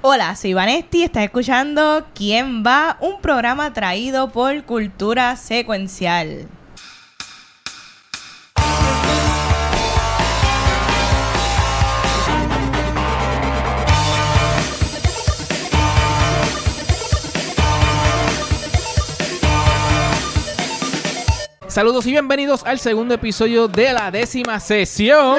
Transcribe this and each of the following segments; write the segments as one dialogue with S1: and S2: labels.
S1: Hola, soy Vanesti, estás escuchando ¿Quién va? Un programa traído por Cultura Secuencial.
S2: Saludos y bienvenidos al segundo episodio de la décima sesión.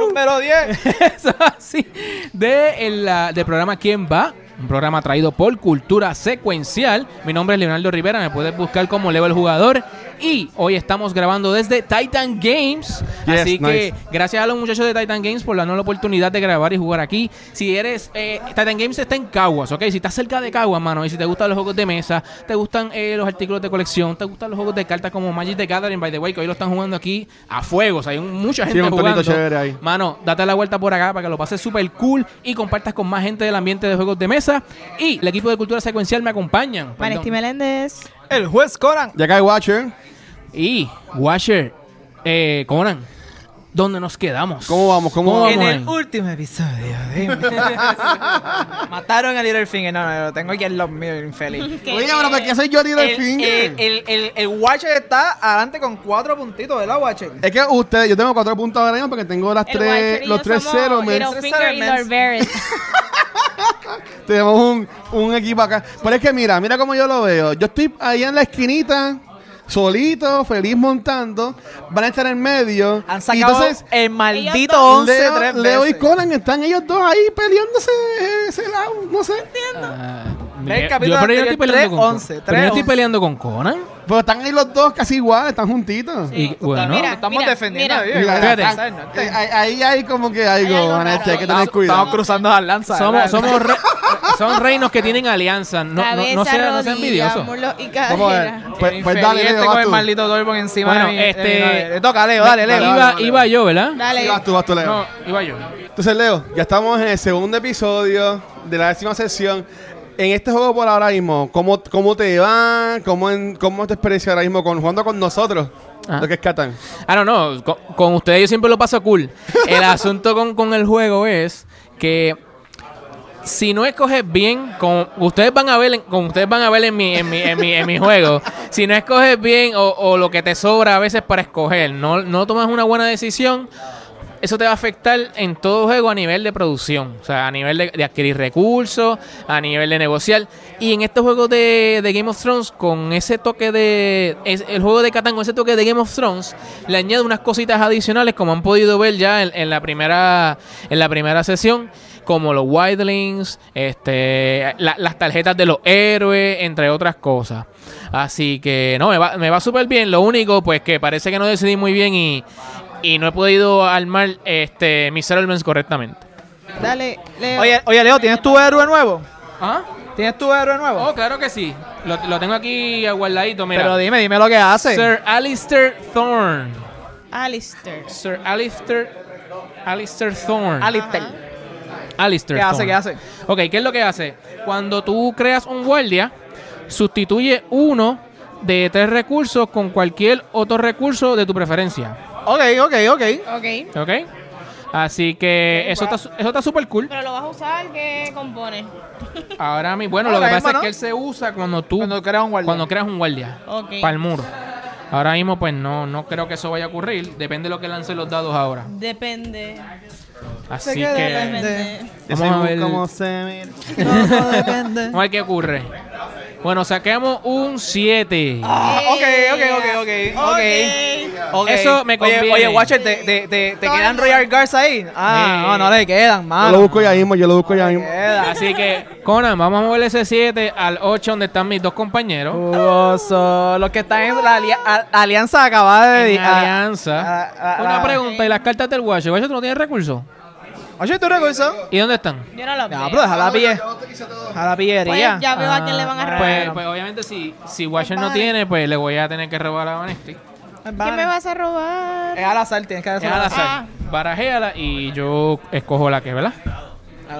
S3: Número 10.
S2: Eso así, de el, ah, del programa ¿Quién va? Un programa traído por Cultura Secuencial. Mi nombre es Leonardo Rivera, me puedes buscar como Leo el Jugador. Y hoy estamos grabando desde Titan Games.
S3: Yes,
S2: así que
S3: nice.
S2: gracias a los muchachos de Titan Games por darnos la oportunidad de grabar y jugar aquí. Si eres. eh, Titan Games está en Caguas, ¿ok? Si estás cerca de Caguas, mano, y si te gustan los juegos de mesa, te gustan eh, los artículos de colección, te gustan los juegos de cartas como Magic the Gathering, by the way, que hoy lo están jugando aquí a fuego. O sea, hay un- mucha gente
S3: un tornito
S2: jugando.
S3: chévere ahí.
S2: Mano, date la vuelta por acá para que lo pases súper cool y compartas con más gente del ambiente de juegos de mesa. Y el equipo de cultura secuencial me acompañan.
S1: Vanesti
S2: Perdón.
S1: Meléndez.
S3: El juez Coran. Ya cae Watcher.
S2: Y Washer, eh, Conan, ¿dónde nos quedamos?
S3: ¿Cómo vamos? ¿Cómo vamos?
S4: En
S2: ahí?
S4: el último episodio, dime. Mataron a Little Finger. No, no, lo tengo aquí en los míos, el infeliz.
S3: Oye, pero ¿por qué soy Johnny del
S4: El,
S3: Finger?
S1: eh,
S4: el, el, el, el Watcher está adelante con cuatro puntitos, ¿verdad, Watcher?
S3: es que usted, yo tengo cuatro puntos ahora mismo porque tengo las tres, los tres ceros. men.
S4: Little Finger y Lord
S3: Tenemos un, un equipo acá. Pero es que mira, mira cómo yo lo veo. Yo estoy ahí en la esquinita, solito, feliz montando. Van a estar en medio.
S4: Han
S3: Y
S4: sacado
S3: entonces,
S4: el
S1: Ellos
S4: maldito
S1: dos.
S4: 11
S3: Leo,
S4: tres
S3: Leo y
S4: veces.
S3: Conan están ellos dos ahí peleándose ese lado. No sé.
S2: Ah,
S4: Ve el
S2: yo-
S4: capítulo
S2: pero yo
S4: anterior,
S2: estoy peleando con
S4: 3-11,
S2: Conan. Pero yo estoy
S4: 3-11.
S2: peleando con Conan.
S3: Pero están ahí los dos casi igual, están juntitos.
S2: Y bueno,
S1: mira,
S4: Estamos defendiendo a
S1: mira.
S4: Dios.
S3: Mira,
S2: Fíjate.
S4: Están-
S3: Eh, Ahí ahí hay como que
S1: Hay algo
S3: algo, van a
S1: raro
S3: hay que
S1: ahí.
S3: tener cuidado.
S4: Estamos cruzando las lanzas.
S2: somos,
S4: ¿verdad?
S2: somos re- son reinos que tienen alianzas. No, no, no, sea, no sea envidioso.
S1: muslos y
S3: Vamos a ver.
S1: cadera.
S3: Pues,
S4: El
S3: pues
S4: infeliz
S3: dale,
S4: este
S3: Leo,
S4: con
S3: vas
S4: el
S3: tú.
S4: maldito Dolbon encima
S2: Bueno,
S4: de mí.
S2: este-
S4: Eh, Le toca, Leo, dale, Leo.
S2: iba,
S3: vale, vale.
S2: iba yo, ¿verdad?
S3: Sí,
S1: Dale.
S3: vas tú, vas tú, Leo.
S2: No, iba yo.
S3: Entonces, Leo, ya estamos en el segundo episodio de la décima sesión. En este juego por ahora mismo, ¿cómo, cómo te va? ¿Cómo, en, ¿Cómo es tu experiencia ahora mismo con, jugando con nosotros?
S2: Ah.
S3: Lo que es Catán.
S2: Ah, no, no. Con, con ustedes yo siempre lo paso cool. El asunto con, con el juego es que si no escoges bien, como ustedes van a ver, en- como ustedes van a ver en mi, en mi, en mi, en mi juego, si no escoges bien o, o lo que te sobra a veces para escoger, no, no tomas una buena decisión, eso te va a afectar en todo juego a nivel de producción, o sea, a nivel de, de adquirir recursos, a nivel de negociar. Y en estos juegos de, de Game of Thrones, con ese toque de. es- el juego de Catán, con ese toque de Game of Thrones, le añade unas cositas adicionales, como han podido ver ya en, en la, primera, en la primera sesión, como los Wildlings, este, la- las tarjetas de los héroes, entre otras cosas. Así que, no, me va, me va súper bien. Lo único, pues, que parece que no decidí muy bien y. Y no he podido armar este, mis settlements correctamente.
S1: Dale, Leo.
S4: Oye, oye, Leo, ¿tienes tu héroe nuevo?
S2: ¿Ah?
S4: ¿Tienes tu héroe nuevo?
S2: Oh, claro que sí. Lo, lo tengo aquí aguardadito, mira.
S4: Pero dime, dime lo que hace.
S2: Sir Alistair Thorne.
S1: Alistair.
S2: Sir Alistair... Alistair Thorne.
S4: Alistair.
S1: Ajá.
S2: Alistair
S4: ¿Qué Ah, hace?
S2: Thorne.
S4: ¿Qué hace?
S2: Ok, ¿qué es lo que hace? Cuando tú creas un guardia, sustituye uno de tres recursos con cualquier otro recurso de tu preferencia.
S4: Ok, ok, ok.
S1: Ok.
S2: ¿Ok? Así que
S1: Ok,
S2: eso
S1: wow.
S4: pues.
S2: está su- eso está súper cool.
S1: Pero lo vas a usar, ¿qué compone?
S2: Ahora mi bueno, lo
S4: Ahora
S2: que pasa
S4: mismo,
S2: es que
S4: ¿no?
S2: él se usa cuando tú
S4: pues, Cuando creas un guardia.
S2: cuando creas un guardia
S1: Ok.
S2: para el muro. Ahora mismo pues no no creo que eso vaya a ocurrir, depende de lo que lancen los dados ahora.
S1: Depende.
S2: Así
S4: queda
S2: que
S4: depende.
S1: Depende.
S2: vamos a ver
S3: Como
S2: vamos
S3: se mira.
S4: Todo depende.
S2: a ver qué ocurre. Bueno, saquemos un 7.
S4: Ah, ok, ok, ok, ok,
S1: Ok.
S4: ok.
S2: Eso me conviene.
S4: Oye, oye Watcher, ¿te, te, te, te quedan Royal Guards ahí? Ah,
S2: Sí.
S4: no, no le quedan,
S3: Yo
S2: Ah,
S4: mano.
S3: lo busco ya mismo, yo lo busco ya mismo.
S4: Quedan.
S2: Así que Conan, vamos a mover ese 7 al 8 donde están mis dos compañeros
S4: Jugoso. Los que están en la alia- a- alianza acabada de...
S2: en alianza.
S4: ah, ah,
S2: Una
S4: ah.
S2: pregunta, ¿y las cartas del guacho? ¿Guacho tú no tiene recursos?
S4: Oye, ¿tú recursos?
S2: ¿Y dónde están?
S1: Yo no lo veo.
S4: No, pero deja la pille. A
S1: Pues
S4: la pillería.
S1: ya veo a quién le van a
S2: Ah,
S1: robar.
S2: Pues, pues obviamente si, si Watcher no tiene, pues le voy a tener que robar a Vanesti.
S1: ¿Quién me vas a robar?
S4: Es al azar, tienes que
S2: Es al
S4: hacer.
S2: azar. Barajéala
S1: Ah.
S2: y yo escojo la que, ¿verdad?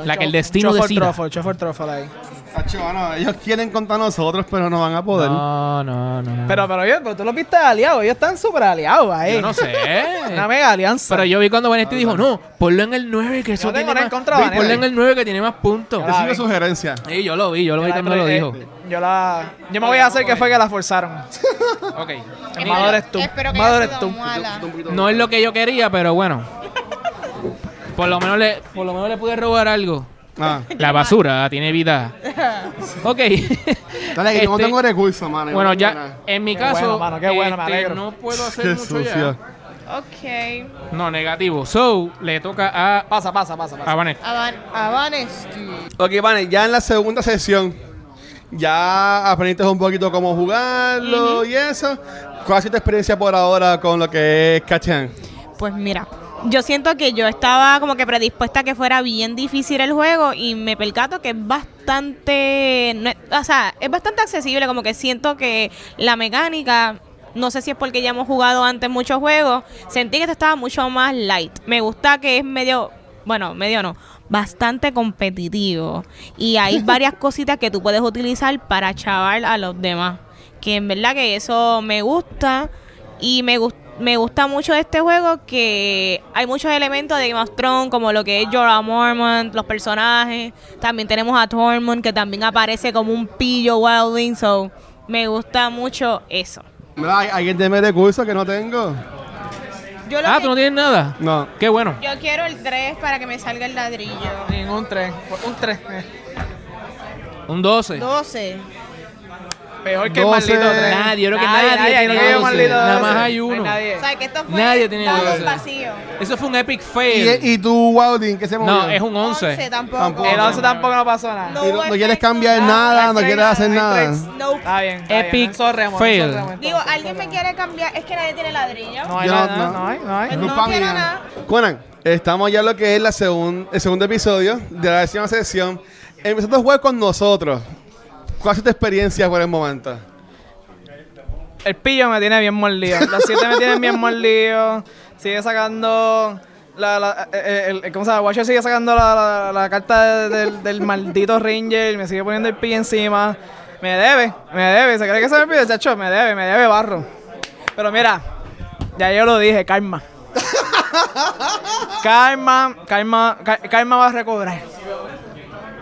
S2: La que el destino
S4: Chofer
S2: decida.
S4: trofo, chofer trofo ahí.
S3: Acho, bueno, ellos quieren contra nosotros, pero no van a poder.
S2: No, no, no.
S4: Pero, pero, yo, pero tú los viste aliados. Ellos están súper aliados ahí.
S2: Yo no sé.
S4: Una mega alianza.
S2: Pero yo vi cuando Vanetti dijo, no, ponlo en el 9, que eso
S4: no tengo
S2: tiene
S4: nada en
S2: más...
S4: contra de
S2: Ve,
S4: Vanetti.
S2: Ponlo en el 9, que tiene más puntos.
S4: Ah,
S3: Recibe
S4: bien.
S3: sugerencia.
S2: Sí, yo lo vi, yo lo vi,
S4: Yo la
S2: también me lo
S4: tra-
S2: dijo.
S4: eh, Yo la. Yo me voy a hacer que fue que la forzaron.
S2: Ok.
S4: El malo eres tú.
S1: Espero
S4: El
S1: que
S4: malo
S1: haya
S4: eres
S1: sido
S4: tú.
S1: mala.
S2: No es lo que yo quería, pero bueno. Por lo menos le, por lo menos le pude robar algo.
S3: Ah.
S2: La basura tiene vida. Ok.
S3: Dale, que yo no
S2: Este,
S3: tengo recursos, mano.
S2: Bueno,
S3: No tengo
S2: ya,
S3: nada.
S2: en mi
S4: Qué
S2: caso,
S4: bueno, mano, qué bueno, me
S2: este,
S4: alegro.
S2: no puedo hacer
S3: Qué
S2: mucho
S3: sucio.
S2: ya.
S1: Ok.
S2: No, negativo. So, le toca a,
S4: Pasa, pasa, pasa. pasa.
S2: a Vanetti.
S1: Avan Avanesti.
S3: Ok, Vane, ya en la segunda sesión, ya aprendiste un poquito cómo jugarlo y eso. ¿Cuál ha sido tu experiencia por ahora con lo que es Cachan?
S1: Pues mira, yo siento que yo estaba como que predispuesta a que fuera bien difícil el juego y me percato que es bastante, no es- o sea, es bastante accesible, como que siento que la mecánica, no sé si es porque ya hemos jugado antes muchos juegos, sentí que esto estaba mucho más light. Me gusta que es medio, bueno, medio no, bastante competitivo y hay varias cositas que tú puedes utilizar para chaval a los demás, que en verdad que eso me gusta. Y me, gus- me gusta mucho de este juego que hay muchos elementos de Game of Thrones, como lo que es Jorah Mormont, los personajes. También tenemos a Tormund, que también aparece como un pillo wildling. So, me gusta mucho eso.
S3: Mira, ¿hay alguien de mi recurso que no tengo?
S1: Yo, lo
S2: Ah,
S1: que-
S2: tú no tienes nada.
S3: No.
S2: Qué bueno.
S1: yo quiero el 3 para que me salga el ladrillo.
S4: Ningún tres. Un tres.
S2: Un 12.
S1: 12.
S4: Peor que el
S3: Doce.
S4: maldito tres.
S2: Nadie, yo creo que nadie
S4: nadie,
S2: tiene
S4: nadie,
S2: doce.
S4: maldito
S2: Nada
S4: doce.
S2: más hay
S4: No
S2: uno.
S1: O
S4: nadie.
S1: sea, que esto fue
S2: Nadie tiene
S1: todo
S2: 12.
S1: vacío.
S2: Eso fue un epic fail.
S3: ¿Y, y tu Wilding qué se movió?
S2: no, es un
S1: 11
S2: 11.
S1: tampoco.
S3: Tampoco.
S4: El once tampoco no pasó nada.
S1: No.
S3: Y no, no quieres
S1: efecto,
S3: cambiar
S1: no,
S3: nada, no
S4: hay
S3: quieres
S4: trades,
S3: hacer
S4: hay
S3: nada.
S4: trades.
S1: Nope.
S2: Ah,
S4: Está bien. está bien,
S2: Epic
S4: no zorremos, no
S2: fail.
S4: zorremos,
S1: Digo,
S4: entonces,
S1: ¿alguien me
S4: no
S1: quiere cambiar? Es que nadie tiene ladrillo.
S4: zorremos. No hay
S3: Yo no-
S4: nada,
S3: no.
S4: no hay, no hay.
S1: No
S3: Culpa
S1: quiero
S3: mía.
S1: nada.
S3: Conan, estamos ya en lo que es la segun- el segundo episodio de la décima sesión. Empezando a jugar con nosotros. ¿Cuál ha sido tu experiencia por el momento?
S4: El pillo me tiene bien mordido. Los siete me tienen bien mordido. Sigue sacando. La, la- eh, eh, el- ¿Cómo se llama? Watcher sigue sacando la, la- la carta de- del, del maldito Ranger. Me sigue poniendo el pillo encima. Me debe, me debe. ¿Se cree que se me pide, chacho? Me debe, me debe barro. Pero mira, ya yo lo dije, karma. Karma, karma, ca- karma va a recobrar.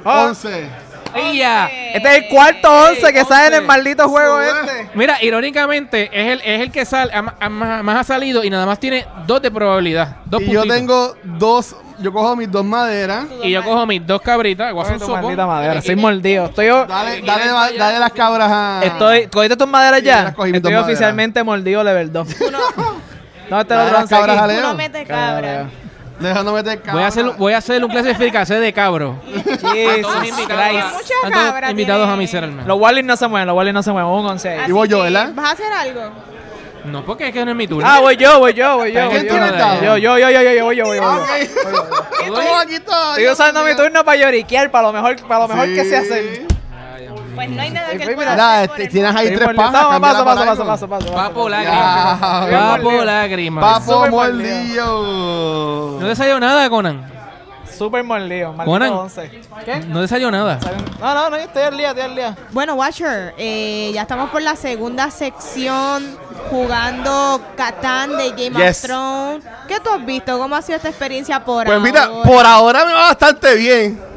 S2: Ah,
S4: Oh,
S3: 11.
S2: ¡Ella!
S4: este es el cuarto once que sale en el
S2: Once.
S4: maldito juego este.
S2: Mira, irónicamente, es el, es el que sale, a- a- más, más ha salido y nada más tiene dos de probabilidad. Dos
S3: Y yo
S2: puntitos.
S3: tengo dos, yo cojo mis dos maderas.
S2: Y yo cojo mis dos cabritas, voy a hacer un
S4: Ay, tu
S2: sopo. Eh,
S4: maldita madera, estoy mordido. Estoy yo.
S3: Dale, dale, ma- dale las cabras a.
S4: Estoy. ¿Cogiste tus maderas
S3: Sí, ya
S4: ya?
S3: las cogí, mis
S4: Estoy
S3: dos maderas.
S4: oficialmente mordido level 2. No, te lo
S3: Dale las
S4: bronce
S3: cabras a
S4: aquí.
S1: Tú no
S3: Leo.
S1: metes cabra.
S3: Dejando meter cabras.
S2: Voy a hacer, voy a hacer un clasificante de cabro. Todos invitados,
S4: Jesus Christ.
S1: Mucha
S2: a- a todos
S1: cabra
S2: invitados
S1: tiene.
S2: a miserarme.
S4: Los Wallys no se mueven, los Wallys no se mueven. Un
S1: Así
S4: consejo.
S3: voy yo,
S1: que,
S3: ¿verdad?
S1: ¿Vas a hacer algo?
S2: No, porque es que no es mi turno.
S4: Ah, voy yo, voy yo, voy yo.
S2: ¿Quién
S4: voy
S2: tiene
S4: yo.
S2: dado?
S4: Yo, yo, yo, yo, yo, yo, voy yo, voy yo. voy yo.
S3: Y tú aquí todo.
S4: Estoy usando mi turno para lloriquear, para lo mejor, para lo mejor que
S3: Sí.
S4: se hace.
S1: Pues no hay nada que él
S4: Mira,
S1: pueda
S3: Mira,
S1: hacer por
S3: este,
S1: el
S3: tienes ahí
S4: Estoy
S3: tres
S4: mordido.
S3: pajas.
S4: Toma, Paso,
S3: cámbiala para
S4: paso, paso,
S3: algo.
S4: paso, paso.
S2: Papo
S4: paso.
S2: lágrima. Papo
S4: Bien,
S2: lágrima.
S3: Papo
S4: Súper
S3: mordido.
S2: No te salió nada, Conan.
S4: Super mordido,
S2: Conan.
S4: maldito 11. ¿Qué?
S2: No te salió nada.
S4: No, no, no, yo estoy al día, estoy al día.
S1: Bueno, Watcher, eh, ya estamos por la segunda sección jugando Catán de Game
S3: Yes.
S1: of Thrones. ¿Qué tú has visto? ¿Cómo ha sido esta experiencia por
S3: Pues mira,
S1: ahora?
S3: por ahora me va bastante bien.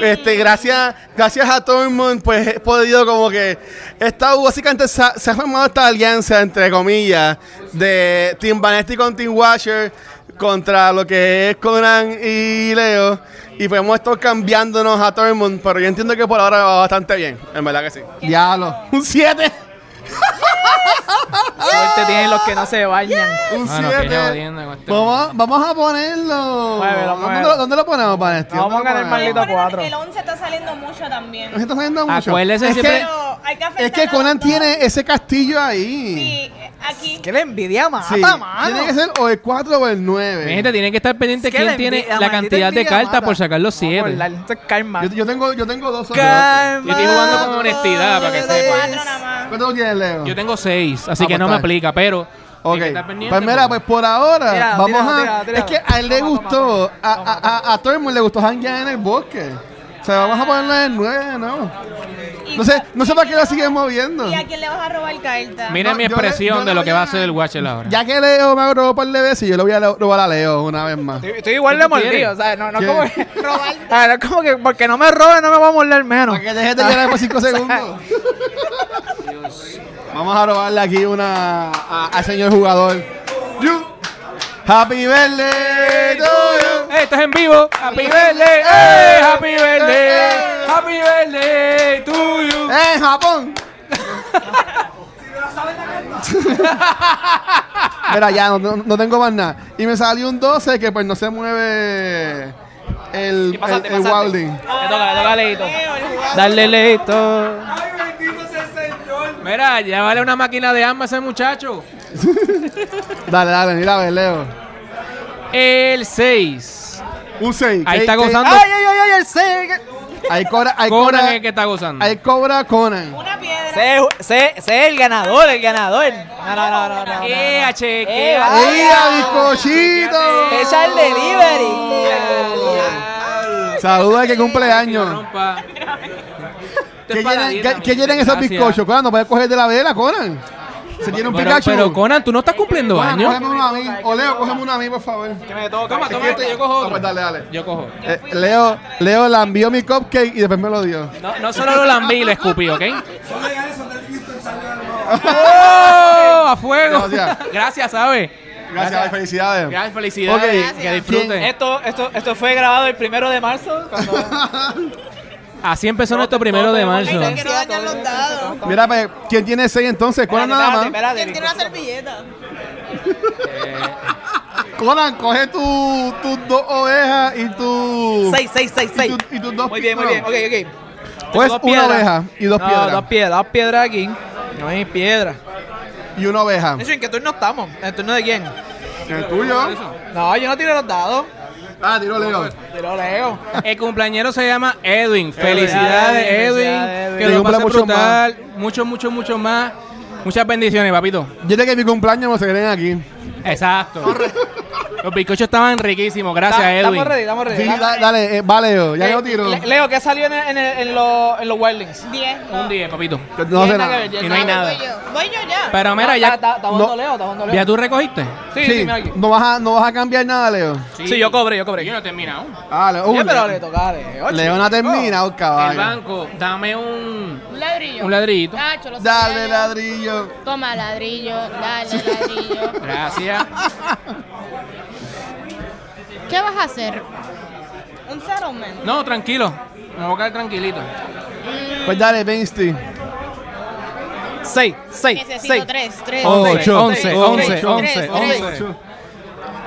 S3: Este, gracias, gracias a Tormund, pues he podido como que esta básicamente se ha, se ha formado esta alianza entre comillas de Team Vanetti con Team Watcher contra lo que es Conan y Leo y pues hemos estado cambiándonos a Tormund, pero yo entiendo que por ahora va bastante bien, en verdad que sí. Diablo, un 7,
S4: Suerte tienen los que no se bañan.
S3: un
S2: Mano, qué
S3: 7.
S2: jodienda con este
S3: Vamos, vamos a ponerlo.
S4: Muévelo,
S3: ¿Dónde,
S4: muévelo.
S3: lo, dónde lo ponemos, Vanetti?
S4: No,
S3: ¿Dónde lo
S4: pongan el
S3: ponemos?
S1: Puedes
S4: maldito
S1: poner
S4: cuatro.
S1: El 11 está saliendo mucho también.
S3: Me está saliendo mucho.
S2: Acuérdese
S3: Es que-
S2: siempre-
S1: Pero hay que
S3: Es
S1: afectar
S3: que
S1: a los
S3: Conan
S1: dos.
S3: tiene ese castillo ahí.
S1: Sí, aquí.
S4: Que la envidia mata, mano.
S3: Tiene que ser o el 4 o el 9.
S2: Gente, tiene que estar pendiente
S4: Es que
S2: quién
S4: la
S2: tiene
S4: envidia,
S2: la
S4: maldita
S2: cantidad de
S4: envidia
S2: cartas
S4: mata.
S2: por sacar los
S4: Vamos a
S2: siete.
S4: acordar, esto es karma.
S3: Yo, yo tengo, yo tengo dos.
S4: Karma.
S2: Yo estoy jugando con honestidad para que sepa.
S1: Cuatro nada más.
S3: ¿Cuánto tienes, Leo?
S2: Yo tengo seis, así
S3: Ah,
S2: que
S3: pues
S2: no me
S3: está.
S2: aplica, pero.
S3: Ok.
S2: tiene que estar pendiente,
S3: Pues mira, pues
S2: porque-
S3: por ahora
S4: Tíralo,
S3: vamos
S4: tíralo,
S3: a.
S4: tíralo, tíralo.
S3: Es que a él le
S4: Toma, toma,
S3: gustó.
S4: toma.
S3: a, a, a, a todo el mundo le gustó janguear en el bosque. O sea, vamos a ponerla en 9, ¿no? No sé, no sé para qué la siguen moviendo.
S1: ¿Y a quién le vas a robar carta?
S2: Mira
S3: pues, No,
S2: mi
S3: yo le-
S2: expresión
S3: yo
S2: de
S3: le
S2: lo
S3: voy
S2: que va a
S3: a-
S2: hacer el Watcher ahora.
S3: Ya que Leo me ha robado un par de veces, yo le voy a robar a Leo una vez más.
S4: Estoy, estoy igual de
S2: tú quieres?
S4: mordido, o sea, no, no es
S3: ¿Qué?
S4: como que robar. Ah, no es como que porque no me robe, no me va a morder menos.
S3: Para que dejes de llorar por 5 segundos. Vamos a robarle aquí una a- al señor jugador. You. Happy birthday to you.
S2: ¡Eh, estás en vivo! ¡Happy birthday! ¡Eh, happy birthday! ¡Happy birthday to you!
S3: ¡Eh, Japón! Mira, ya no, no- no tengo más nada. Y me salió un 12 que pues no se mueve el,
S4: Y pásate,
S3: el- el
S4: pásate.
S3: wilding.
S4: Le toca, le toca leito.
S1: Leo, el jugador.
S4: Dale leito.
S2: Mira, ya vale una máquina de armas ese muchacho.
S3: Dale, dale, mira a ver, Leo.
S2: El 6.
S3: Un 6.
S2: Ahí está gozando.
S4: Ay, ay, ay, ay, el C.
S3: Ahí cobra, ahí
S2: Conan es
S3: cobra,
S2: el que está gozando.
S3: ahí cobra Conan.
S1: Una piedra.
S4: C, C, C, el ganador, el ganador. No, no, no, no. no, no.
S2: ¡Eh, a
S4: Eh,
S2: chequea!
S4: vaya.
S3: ¡Ey, a bizcochito!
S4: Echa el delivery.
S3: Saluda que cumpleaños. ¿Qué quieren, qué- qué quieren esos bizcochos? Conan, no puedes coger de la vela, Conan. Se tiene un
S2: Pero,
S3: Pikachu.
S2: pero Conan, tú no estás cumpliendo
S3: Conan,
S2: años.
S3: cógeme uno a mí. O Leo, cógeme uno a mí, por favor.
S4: Que me toca.
S2: Toma, toma este, yo cojo
S3: Ah, pues
S2: otro.
S3: dale, dale.
S2: Yo cojo.
S3: Eh, Leo, Leo lambió mi cupcake y después me lo dio.
S2: No, no solo lo lambí, lo escupí, ¿ok? ¡Oh! ¡A fuego!
S3: Gracias.
S2: Gracias, ¿sabe?
S3: Gracias, ay, felicidades.
S2: Gracias, felicidades.
S3: Ok,
S2: Que disfruten.
S4: Esto, esto, esto fue grabado el primero de marzo.
S2: Así empezó nuestro primero de marzo.
S1: No quiero dañar los dados.
S3: Mira, pues, ¿quién tiene 6 entonces? Conan nada más.
S1: ¿Quién tiene una servilleta?
S3: Conan, coge tu- tus dos ovejas y tu.
S4: 6, 6, 6,
S3: Y,
S4: 6.
S3: tu- y tus dos
S4: Muy bien, muy
S3: no,
S4: bien. Ok, ok.
S3: Coges
S4: Dos
S3: Pues una
S4: piedras.
S3: oveja y dos
S4: no,
S3: piedras.
S4: Dos piedras, dos piedras aquí. No hay piedra.
S3: Y una oveja.
S4: De hecho, ¿en qué turno estamos? ¿En el turno de quién?
S3: El tuyo.
S4: No, yo no tiré los dados.
S3: Ah, tiro Leo.
S4: Tiro Leo.
S2: El cumpleañero se llama Edwin. Felicidades,
S4: Felicidades,
S2: Edwin.
S4: Edwin.
S2: Que
S3: Que
S2: lo
S3: cumpla
S2: pases
S3: mucho más.
S2: brutal. Mucho, mucho, mucho más. Muchas bendiciones, papito.
S3: Yo sé que mi cumpleaños no se creen aquí.
S2: Exacto. Los bizcochos estaban riquísimos. Gracias,
S4: Ta-
S2: Edwin.
S4: Estamos ready, estamos ready.
S3: Sí,
S4: Estamos-
S3: da- dale, eh, va Leo, ya yo tiro.
S4: Le- Leo, ¿qué salió en, el- en, el- en, los- en los wildlings?
S1: Diez. Ah,
S2: Un día, papito.
S3: No sé nada.
S2: Y no hay nada.
S1: Voy yo. Voy yo ya.
S2: Pero mira, ya,
S4: Ah, Está jugando
S3: no.
S4: Leo, está jugando
S2: ya
S4: Leo.
S2: tú recogiste.
S4: Sí, sí,
S3: Sí,
S4: mira aquí.
S3: no vas, a, no vas a cambiar nada, Leo.
S4: Sí, yo cobré, yo cobré.
S2: Yo no he terminado.
S3: Ah, Leo.
S4: Oye,
S3: uh,
S4: pero le
S3: Leo.
S4: toca a Leo.
S3: Leo no ha
S4: chico.
S3: terminado,
S2: El
S3: caballo.
S2: banco, dame un,
S1: Un ladrillo.
S2: un ladrillito.
S1: Ah, cholo,
S3: Dale,
S1: sabía yo.
S3: ladrillo.
S1: Toma ladrillo, dale ladrillo.
S2: Gracias.
S1: ¿Qué vas a hacer? Un settlement.
S2: No, tranquilo. Me voy a quedar tranquilito.
S3: Pues dale, Vinci.
S4: Seis, seis,
S1: Necesito
S4: seis.
S1: tres, tres.
S2: Once,
S4: Once,
S2: once, once,
S4: once,
S2: once,
S1: once.
S2: once.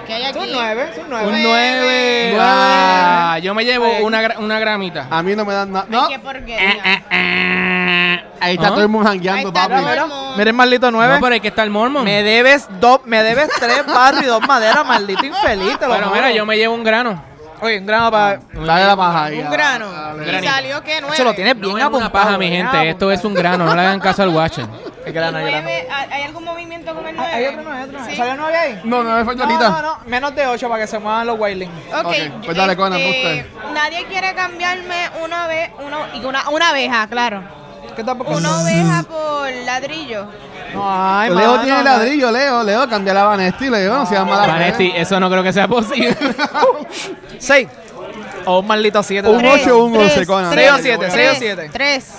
S1: ¿Qué hay aquí?
S4: Son nueve, son nueve.
S2: Un 9. Ah, yo me llevo una, gra- una gramita.
S3: A mí no me dan nada. No,
S1: Ay, qué
S2: Eh,
S1: porquería.
S3: ahí está
S2: ¿Ah?
S3: todo el mundo
S1: Ahí
S3: jangueando,
S1: está
S3: papi.
S1: todo el
S4: Mira,
S1: Mormon.
S4: mira el maldito nueve.
S2: No, pero hay que estar mormon.
S4: Me debes dos, me debes tres barros y dos maderas, maldito infeliz. Te lo
S2: Pero mira, yo me llevo un grano.
S4: Oye, un grano para.
S3: Dale la paja ahí.
S1: Un
S3: dale,
S1: grano.
S3: dale.
S1: Y salió que nueve.
S4: Eso lo tienes
S2: No
S4: bien
S2: es
S4: apuntado.
S2: una paja, mi gente. Esto es un grano. No le hagan caso al watcher.
S4: El
S1: Y
S4: grano, el grano.
S1: nueve, ¿ha- Ah, ¿Hay algún movimiento con el nueve?
S4: Ah, Hay otro nueve, otro nueve.
S1: Sí.
S4: ¿Salió nueve ahí?
S3: No, no me fue
S4: No,
S3: ahorita.
S4: no, no. Menos de ocho para que se muevan los wildlings.
S1: Ok,
S3: Ok, pues dale, Conan,
S1: este, Nadie quiere cambiarme una vez, una, y una, una abeja, claro.
S4: Que tampoco.
S1: Una oveja por ladrillo.
S4: No, ay,
S3: Leo
S4: mano,
S3: tiene
S4: no.
S3: ladrillo, Leo. Leo, cambia la Vanesti, Leo. No seas mala.
S2: Vanesti, eso no creo que sea posible.
S4: Seis. O un maldito siete.
S3: Un
S4: también.
S1: Tres,
S3: ocho, un
S1: tres,
S3: once, Conan.
S1: tres,
S4: Seis o siete,
S1: tres,
S4: seis o siete.
S1: Tres.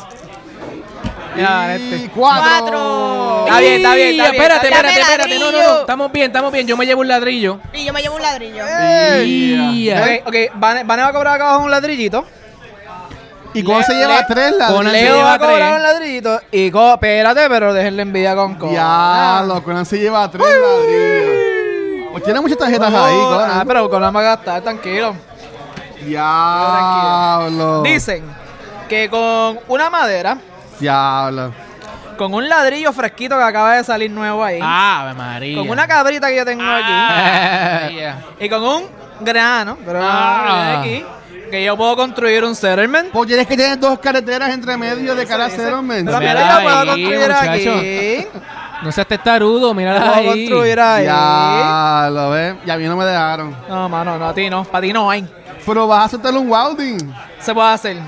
S4: Ya,
S3: Y
S4: este.
S3: cuatro.
S1: Cuatro.
S4: Está bien, está bien, está bien,
S2: Espérate,
S4: está
S1: bien.
S2: espérate, espérate. No, no, no.
S1: Ladrillo.
S2: Estamos bien, estamos bien. Yo me llevo un ladrillo.
S1: Y yo me llevo un ladrillo.
S3: Eh,
S2: Ya.
S4: Ok, ok. Vane, Vane va a cobrar acá abajo un ladrillito.
S3: Y Conan se lleva tres
S2: Conan se
S3: ladrillos.
S4: Leo va
S2: lleva
S4: a cobrar
S2: tres.
S4: un ladrillito. Y co espérate, pero déjenle envidia con co. Ah,
S3: Ya, lo Conan se lleva tres ladrillos. Pues tiene muchas tarjetas ahí,
S4: Oh, ah,
S3: Conan.
S4: pero con la va a gastar, tranquilo.
S3: Diablo.
S4: Dicen que con una madera,
S3: Diablo.
S4: con un ladrillo fresquito que acaba de salir nuevo ahí,
S2: Ave María.
S4: con una cabrita que yo tengo
S2: Ah, ya.
S4: aquí, y con un grano, pero
S2: Ah.
S4: aquí, que yo puedo construir un settlement.
S3: Pues tienes que tener dos carreteras entre medio de cada cero, men.
S4: Pero
S2: Mira
S4: mira, yo puedo
S2: ahí,
S4: construir
S2: muchacho.
S4: aquí.
S2: No seas testarudo, mira
S4: Puedo
S2: ahí.
S4: construir ahí.
S3: Ya lo ves. Y a mí no me dejaron.
S4: No, mano, no, a ti no. Para ti no hay.
S3: Pero vas a aceptar un Wilding.
S4: Se puede hacer.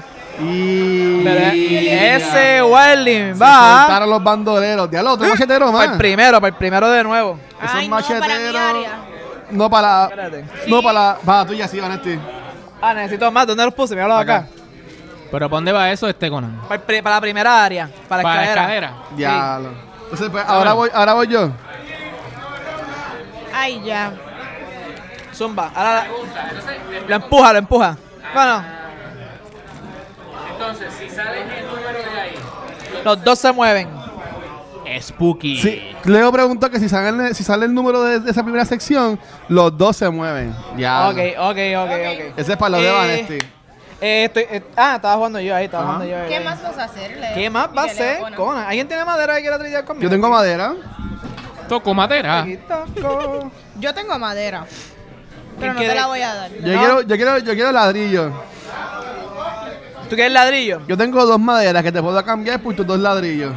S3: Y.
S2: ¿Verdad? Y-
S4: Ese Wilding va
S3: Soltaron los bandoleros. Diablo, otro machetero
S4: para el
S3: más.
S4: primero, para el primero de nuevo.
S3: Esos
S1: Ay, no, para mi área.
S3: No para.
S4: Espérate.
S3: No para. Para tuya, sí, Vanetti.
S4: Ah, necesito más. ¿Dónde los puse? Míralo acá.
S3: Acá.
S2: Pero ¿para dónde va eso, este Conan?
S4: Para, el pri- para la primera área. Para la
S2: Para la
S4: escalera.
S2: escalera.
S4: Sí.
S3: Diablo. Entonces, pues, ahora, voy, ahora voy yo.
S1: Ay, ya.
S4: Zumba. Ahora la, lo empuja, lo empuja. Bueno. Entonces, si sale el número de ahí. Los dos se mueven.
S2: Spooky.
S3: Sí. Leo preguntó que si sale, el- si sale el número de, de esa primera sección, los dos se mueven. Diablo.
S4: Ok, ok, ok, ok.
S3: Ese es para los de
S4: Eh,
S3: Vanetti.
S4: Eh, estoy, eh, ah, estaba jugando yo ahí, estaba
S3: Ajá.
S4: jugando yo.
S1: ¿Qué
S4: ahí.
S1: más vas a hacer?
S4: ¿Qué más va a ser? Conan? ¿Alguien tiene madera que quiera tridear conmigo?
S3: Yo tengo madera.
S2: Toco madera.
S4: Aquí toco.
S1: Yo tengo madera.
S4: ¿Quién
S1: Pero no
S4: quiere?
S1: te la voy a dar.
S3: Yo,
S4: No.
S3: quiero, yo, quiero, yo quiero ladrillo.
S4: ¿Tú quieres ladrillo?
S3: Yo tengo dos maderas que te puedo cambiar por tus dos ladrillos.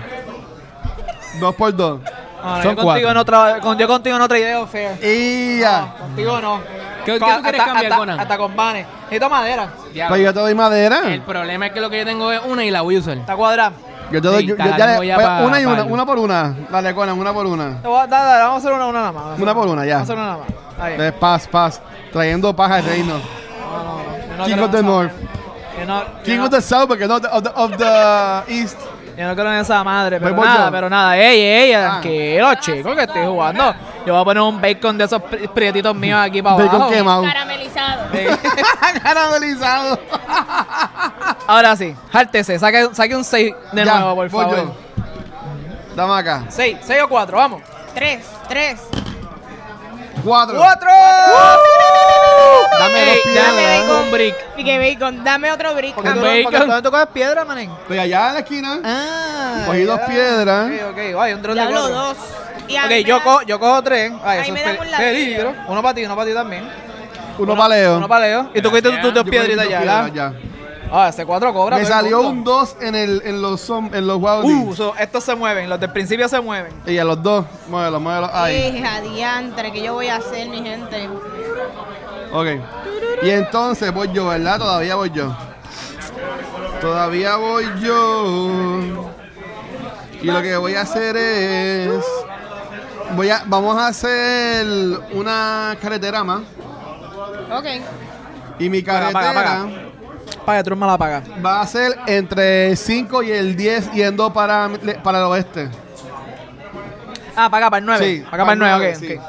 S3: dos por dos.
S4: Ah,
S2: Son
S4: yo, contigo
S2: cuatro.
S4: no tra- con- yo contigo no tradeo fair.
S3: Y
S4: No,
S3: ya.
S4: contigo no.
S2: ¿Qué- qué tú
S4: Con-
S2: quieres
S4: hasta-
S2: cambiar,
S4: hasta-
S2: Conan?
S4: Hasta con vanes. Necesito madera.
S2: Diablo.
S3: Pues yo te doy madera.
S2: El problema es que lo que yo tengo es una y la voy a usar.
S4: Está cuadrada.
S3: Yo te doy.
S2: Sí,
S3: yo- yo-
S2: tal,
S3: ya le-
S2: voy a
S3: pues,
S2: pa-
S3: una y una,
S2: pa'l-
S3: una por una. Dale, Conan, una por una.
S4: Te voy a- dale, dale, vamos a hacer una, una nada más. vamos a hacer
S3: Una por una, ya.
S4: Vamos a hacer una nada más. Está bien.
S3: De paz, paz. Trayendo paz al
S4: No,
S3: reino.
S4: no, no. Yo no
S3: King
S4: creo
S3: of the
S4: en esa-
S3: North.
S4: Yo no,
S3: King
S4: yo
S3: of
S4: no-
S3: the South, porque no, the- of the, of the East.
S4: yo no creo en esa madre, pero
S3: Voy por
S4: nada,
S3: yo.
S4: pero nada. Ey, ey,
S3: Ah.
S4: tranquilo, chicos, que estoy jugando. Yo voy a poner un bacon de esos pri- prietitos míos aquí para abajo.
S3: Bacon quemado.
S1: Caramelizado.
S3: Eh. Caramelizado.
S4: Ahora sí, jártese, saque, saque un 6 de
S3: Ya,
S4: nuevo, por
S3: voy
S4: favor.
S3: yo. Dame acá.
S4: 6, 6 o 4, vamos.
S1: Tres, tres.
S3: Cuatro.
S4: 4.
S3: Dame dos piedras.
S1: dame bacon.
S2: un brick.
S1: Y que bacon, dame otro brick.
S4: ¿Por qué
S1: Ah,
S4: tú,
S2: Un
S4: no- por qué
S2: bacon.
S4: tú no coges piedra, manín?
S3: Estoy allá en la esquina.
S4: Ah.
S3: Cogí dos piedras.
S4: Ok, ok, ay, un dron de
S1: Diablo
S4: cuatro.
S1: dos. Y a
S4: Ok,
S1: mí me
S4: yo,
S1: da-
S4: cojo- yo cojo tres. Ay,
S1: Ahí
S4: eso
S1: me
S4: es
S1: dan
S4: pe-
S1: un ladrillo.
S4: peligro. Uno para ti, uno para ti también.
S3: Uno paleo.
S4: Uno para Leo. Y tú cogiste tus- tus dos piedritas ya, ¿verdad? Ah, ese cuatro cobra.
S3: Me
S4: todo el
S3: salió
S4: mundo.
S3: un 2 en, el- en los, som- en los Wild
S4: Uh,
S3: Beans.
S4: so, estos se mueven, los del principio se mueven.
S3: Y a los dos, muévelo, muévelo.
S4: Eh.
S3: Ahí.
S1: Hija diantre, que yo voy a hacer, mi gente.
S3: Ok. Y entonces voy yo, ¿verdad? Todavía voy yo. Todavía voy yo. Y lo que voy a hacer es. Voy a, vamos a hacer una carretera más.
S1: Ok.
S3: Y mi
S4: Paga,
S3: carretera
S4: paga, Paga, tú me la paga.
S3: va a ser entre el 5 y el 10 yendo para, para el oeste.
S4: Ah, paga para el 9.
S3: Sí,
S4: paga para el 9, ok.
S3: sí.
S4: ok.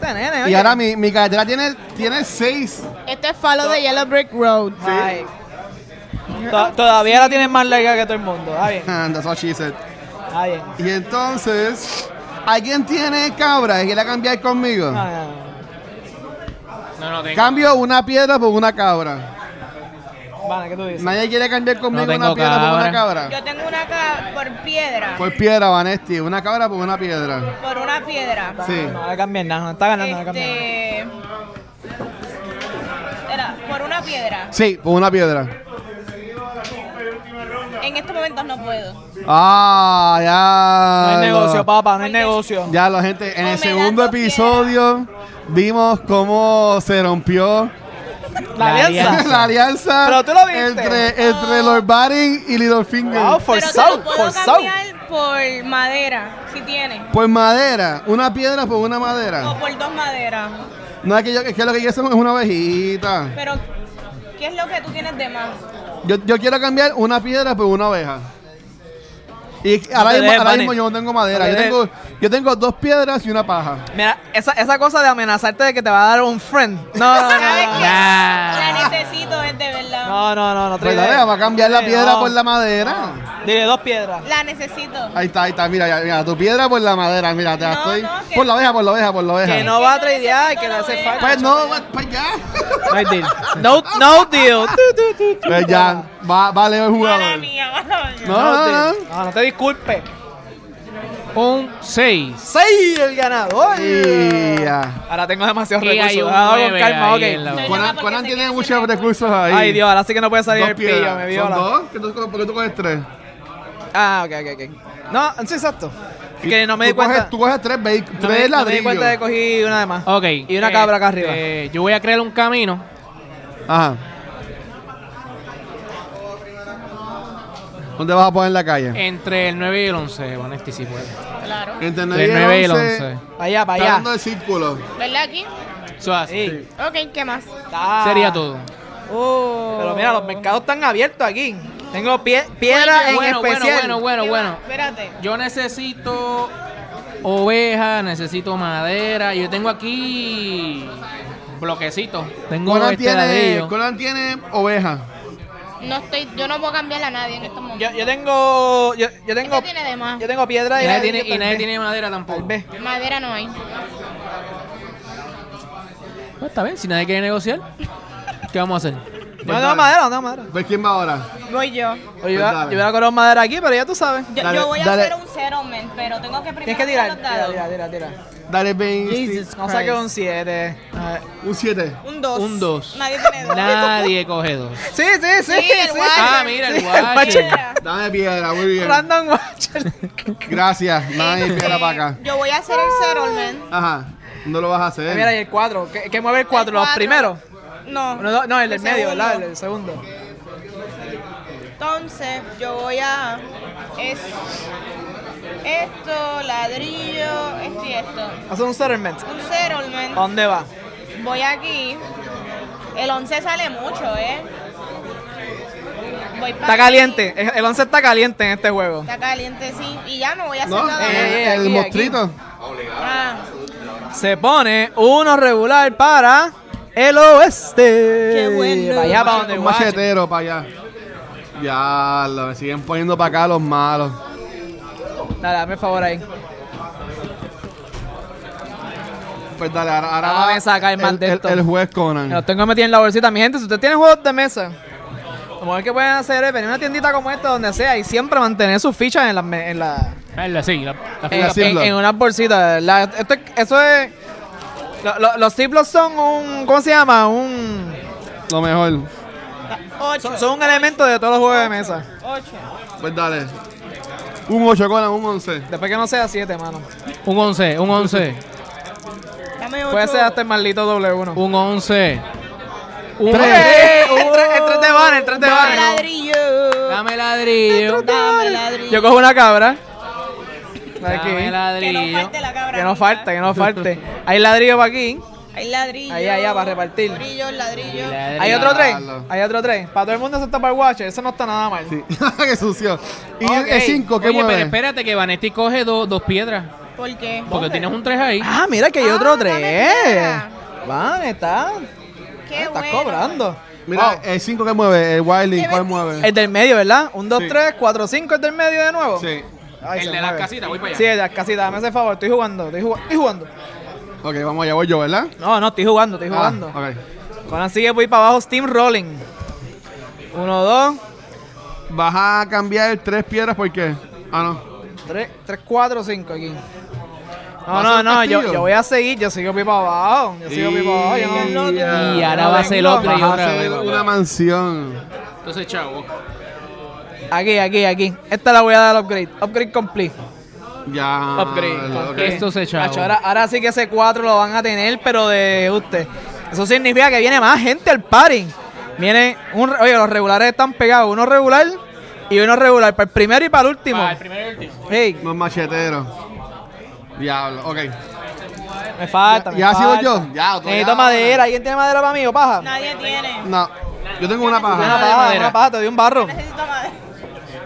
S4: Este nene,
S3: Y
S4: oye.
S3: ahora mi, mi carretera tiene, tiene 6.
S1: Este es follow de Yellow Brick Road.
S4: Ay. To- Todavía la tienen más larga que todo el mundo. Está bien,
S3: And that's what she said.
S4: está bien.
S3: Y entonces, ¿alguien tiene cabra que quiera cambiar conmigo?
S4: No, no, no.
S2: No, no tengo.
S3: Cambio una piedra por una cabra.
S4: Vale, ¿qué tú dices?
S3: Nadie quiere cambiar conmigo
S2: No
S3: una
S2: tengo
S3: piedra por una
S2: cabra.
S3: cabra.
S1: Yo tengo una acá por piedra.
S3: Por piedra, Vanesti. Una cabra por una piedra.
S1: Por una piedra.
S3: Sí.
S4: No, no le cambies nada, no está ganando, no le cambies nada.
S1: Este. Era, por una piedra.
S3: Sí, por una piedra.
S1: En estos momentos no puedo.
S3: Ah,
S4: No
S3: ya.
S4: hay
S3: lo-
S4: negocio, papá, no hay negocio.
S3: Ya, la gente,
S1: O
S3: en el
S1: me das
S3: segundo
S1: dos piedras.
S3: episodio vimos cómo se rompió
S4: La alianza.
S3: la alianza
S4: Pero tú lo viste. Ah,
S3: entre, entre Lord Baring y Littlefinger.
S4: Wow, for
S1: Pero te
S4: South,
S1: lo puedo
S4: for South.
S1: cambiar por madera, si tiene.
S3: Por Pues madera, una piedra por una
S1: O
S3: madera.
S1: por dos maderas.
S3: No es que yo, es que lo que yo hacemos es una ovejita.
S1: Pero, ¿qué es lo que tú tienes de más?
S3: Yo, yo quiero cambiar una piedra por una oveja. Y
S4: No
S3: ahora,
S4: te
S3: mismo,
S4: dejes,
S3: ahora
S4: Vane.
S3: mismo yo no tengo madera.
S4: No te
S3: yo, tengo, yo tengo dos piedras y una paja.
S4: Mira, esa, esa cosa de amenazarte de que te va a dar un friend. No, no, no.
S1: ¿Sabes
S4: no,
S1: qué?
S4: no.
S1: La necesito, es de verdad.
S4: No, no, no, no.
S3: Pues
S4: tres
S3: dale,
S4: de-
S3: vamos a cambiar la
S4: tres,
S3: piedra
S4: no.
S3: por la madera.
S4: Dile dos piedras.
S1: La necesito.
S3: Ahí está, ahí está. Mira, ya, mira, tu piedra por la madera. Mira, te la
S1: No,
S3: estoy.
S1: no, que-
S3: por la oveja, por la oveja, por la oveja.
S4: Que no va a
S1: Yo necesito
S4: tradear y que le
S1: la
S4: hace
S1: oveja.
S4: falta.
S3: Pues no, pues ya.
S4: No hay deal. No, no deal. Tu, tu, tu, tu.
S3: pues ya, va, va Leo el
S1: Mala
S3: jugador.
S1: mía, mala mía.
S3: No, no,
S4: deal.
S3: no.
S4: no te disculpes.
S2: Un 6.
S4: ¡Seis el ganador!
S3: Y ya.
S4: Ahora tengo demasiados
S2: Y hay
S4: recursos.
S2: un
S4: Ah, con
S2: nueve
S4: calma,
S2: ahí en
S4: ok.
S2: la-
S1: Soy
S3: Conan-
S1: loca porque
S3: Conan
S1: sé
S3: tiene
S1: que
S3: muchos
S1: siempre-
S3: recursos ahí.
S4: Ay, Dios, ahora sí que no puede salir
S3: Dos
S4: el pillo,
S3: piedras.
S4: me
S3: ¿Son
S4: viola.
S3: dos? ¿Qué tú- ¿Por qué tú coges tres?
S4: Ah, ok, ok, ok. No, sí, exacto. Que no me di
S3: Tú coges-
S4: cuenta.
S3: Tú coges tres, vehi-
S4: No
S3: tres
S4: me, no me di
S3: ladrillos.
S4: cuenta de que cogí una de más.
S2: Ok.
S4: Y una cabra acá arriba.
S2: este, Yo voy a crear un camino.
S3: Ajá. ¿Dónde vas a poner la
S4: Eh,
S3: calle?
S2: Entre el 9 y el 11, Vanesti, si puede.
S1: Claro.
S3: Entre
S2: Entre el 9 y el 11.
S4: Para allá,
S3: Está
S4: para allá.
S3: dando el círculo.
S1: ¿Verdad aquí?
S2: Eso así. Ah.
S4: Sí.
S1: Ok, ¿qué más?
S4: Está- Uh,
S2: Sería todo.
S1: Oh.
S4: Pero mira, los mercados están abiertos aquí. Tengo pie- piedra Ah, en
S2: bueno, bueno,
S4: especial.
S2: bueno, bueno,
S1: ¿Qué
S2: bueno.
S1: más? Espérate.
S2: Yo necesito oveja, necesito madera. Yo tengo aquí bloquecitos. Tengo
S3: Conan
S2: este
S3: tiene,
S2: ladrillo.
S3: Conan tiene ovejas.
S1: No estoy, yo no puedo cambiarle a nadie en estos momentos.
S4: Yo, yo tengo. Yo, yo
S1: ¿Qué
S4: tengo.
S1: tiene de más?
S4: Yo tengo piedra
S2: Y
S4: y
S2: nadie
S4: ladrillo
S2: tiene, y nadie
S4: también.
S2: tiene madera tampoco.
S4: Tal vez.
S1: Madera no hay.
S2: Pues está bien, si nadie quiere negociar, ¿qué vamos a hacer?
S4: No tengo madera, no tengo madera.
S3: ¿Ves quién va ahora?
S1: Voy yo.
S4: Oye, yo,
S3: Pues
S4: yo
S3: dale.
S4: hubiera colado madera aquí, pero ya tú sabes.
S1: Yo,
S3: Dale,
S1: voy a
S3: dale.
S1: hacer un settlement, pero tengo que primero
S4: Tienes que
S1: tirar
S4: tirar.
S1: los dados.
S4: Tira, tira, tira. tira.
S3: Dale 20.
S4: No saqué un 7.
S3: Un 7.
S1: Un 2.
S2: Un dos.
S1: Nadie tiene dos.
S2: Nadie coge dos.
S4: Sí, sí, sí.
S1: Sí, el
S4: sí.
S1: guacho.
S2: Ah, mira, el
S4: Sí, el guacho.
S2: guacho.
S1: Mira.
S3: Dame piedra, muy bien.
S4: Random Watcher.
S3: Gracias, nadie
S1: Este,
S3: piedra para acá.
S1: Yo voy a hacer el settlement.
S3: Ajá, no lo vas a hacer.
S4: Ah, Mira, y el 4. ¿Qué, qué mueve el 4? ¿Los
S1: cuatro.
S4: primeros?
S1: No.
S4: No, no, no, el del medio,
S1: segundo.
S4: ¿verdad? El, el segundo.
S1: Entonces, yo voy a. Es, esto, ladrillo, esto y esto.
S4: Hace un settlement.
S1: Un
S4: ¿A
S1: settlement.
S4: dónde va?
S1: Voy aquí. El 11 sale mucho, ¿eh? Voy para
S4: Está caliente. El- El 11 está caliente en este juego.
S1: Está caliente, sí. Y ya no voy a hacer
S3: ¿No?
S1: nada
S3: el
S1: más.
S4: eh,
S3: el
S4: aquí,
S3: mostrito.
S1: Ah,
S4: Se pone uno regular para el oeste.
S1: Qué bueno.
S4: Para allá, para donde
S3: Un
S4: Watcher.
S3: machetero para allá. Ya, lo me siguen poniendo para acá los malos.
S4: Dale, dame el favor ahí.
S3: Pues dale, ahora, ahora
S4: Ah,
S3: va
S4: me saca el mal de
S3: el,
S4: esto.
S3: el juez
S4: Me Los
S3: Conan.
S4: tengo metidos en la bolsita. Mi gente, si ustedes tienen juegos de mesa, lo mejor que pueden hacer es venir a una tiendita como esta, donde sea, y siempre mantener sus fichas en las me- en la,
S2: Hazla, sí, la- la-
S4: en,
S3: la
S4: en-
S3: Ziploc.
S4: en unas bolsitas. La- esto es- eso es. lo- lo- los ciplos son un. ¿Cómo se llama? Un.
S3: Lo mejor.
S1: ocho.
S4: Son, son un elemento de todos los juegos de mesa.
S1: Ocho.
S3: Pues dale. Un 8 Conan, un 11.
S4: Después que no sea 7, mano.
S2: un 11, un 11,
S1: Dame ocho.
S4: Puede ser hasta el maldito doble 1.
S2: un 11. Un
S4: ¡Eh! El 3 de van, el 3 de
S1: Dame
S4: van.
S1: ladrillo.
S2: Dame ladrillo.
S1: Dame ladrillo.
S4: Yo cojo una cabra. Aquí.
S2: Dame
S1: que no
S2: ladrillo.
S1: falte la cabra.
S4: Que no falte, que no falte. Hay ladrillo para aquí.
S1: Hay ladrillo.
S4: Ahí, allá, para repartir.
S1: Ladrillo, ladrillo.
S4: Hay otro tres.
S3: Claro.
S4: Hay otro tres. Para todo el mundo excepto para el Watcher. Eso no está nada mal.
S3: Sí. Qué sucio. Y
S4: Ok.
S3: el 5, ¿qué
S2: Oye,
S3: mueve?
S2: pero espérate que Vanetti coge do- dos piedras.
S1: ¿Por qué?
S2: Porque tienes un 3 ahí.
S4: Ah, mira que hay
S1: Ah,
S4: otro
S1: dame
S4: tres.
S1: piedra.
S4: Van, Ah, está.
S1: Qué
S4: estás
S1: bueno.
S4: cobrando.
S3: Mira,
S4: Wow.
S3: el 5 que mueve, el Wilding,
S1: Qué
S3: ¿cuál
S1: bendición.
S3: mueve?
S4: El del medio, ¿verdad? Un, dos,
S3: Sí.
S4: tres, cuatro, cinco, el del medio de nuevo.
S3: Sí.
S4: Ay,
S2: El
S4: se
S2: de las
S4: mueve.
S2: casitas, voy para allá.
S4: Sí, el de las casitas, dame ese favor, estoy jugando, estoy, jugando, estoy jugando.
S3: Ok, vamos allá, voy yo, ¿verdad?
S4: No, no, estoy jugando, estoy
S3: Ah,
S4: jugando.
S3: ok.
S4: Con así que voy para abajo, Steam Rolling. Uno, dos,
S3: Vas a cambiar tres piedras, ¿por qué? Ah, no.
S4: tres, tres, cuatro, cinco aquí.
S3: ¿Va
S4: No,
S3: a
S4: no,
S3: ser
S4: no, yo,
S3: castillo?
S4: yo voy a seguir, yo sigo pipa abajo, yo sigo pipa abajo, yo no-
S3: Y-
S2: Y ahora va a ser el otro y
S4: Ah,
S3: Vas a
S2: otra vez.
S3: hacer una mansión.
S1: Ah.
S2: Entonces, chavo.
S4: Aquí, aquí, aquí. Esta la voy a dar al upgrade. Upgrade complete.
S3: Ya.
S4: Upgrade.
S3: ok.
S2: Esto se chavo.
S4: Nacho, ahora, ahora sí que ese 4 lo van a tener, pero de usted. Eso significa que viene más gente al party. Viene un. re- Oye, los regulares están pegados. Uno regular y uno regular. Para el primero y para el último.
S2: primero y el último.
S4: Ey,
S3: Más machetero. Diablo, ok.
S4: me falta. me
S3: ¿Ya ha sido
S4: falta.
S3: yo? Ya, otro
S4: Necesito
S3: ya.
S4: madera. ¿Alguien tiene madera para mí o paja?
S1: Nadie tiene.
S3: No, yo tengo una
S4: Una
S3: paja.
S2: Nadie
S4: paja,
S2: madera.
S4: una paja, te doy un barro.
S1: Necesito madera.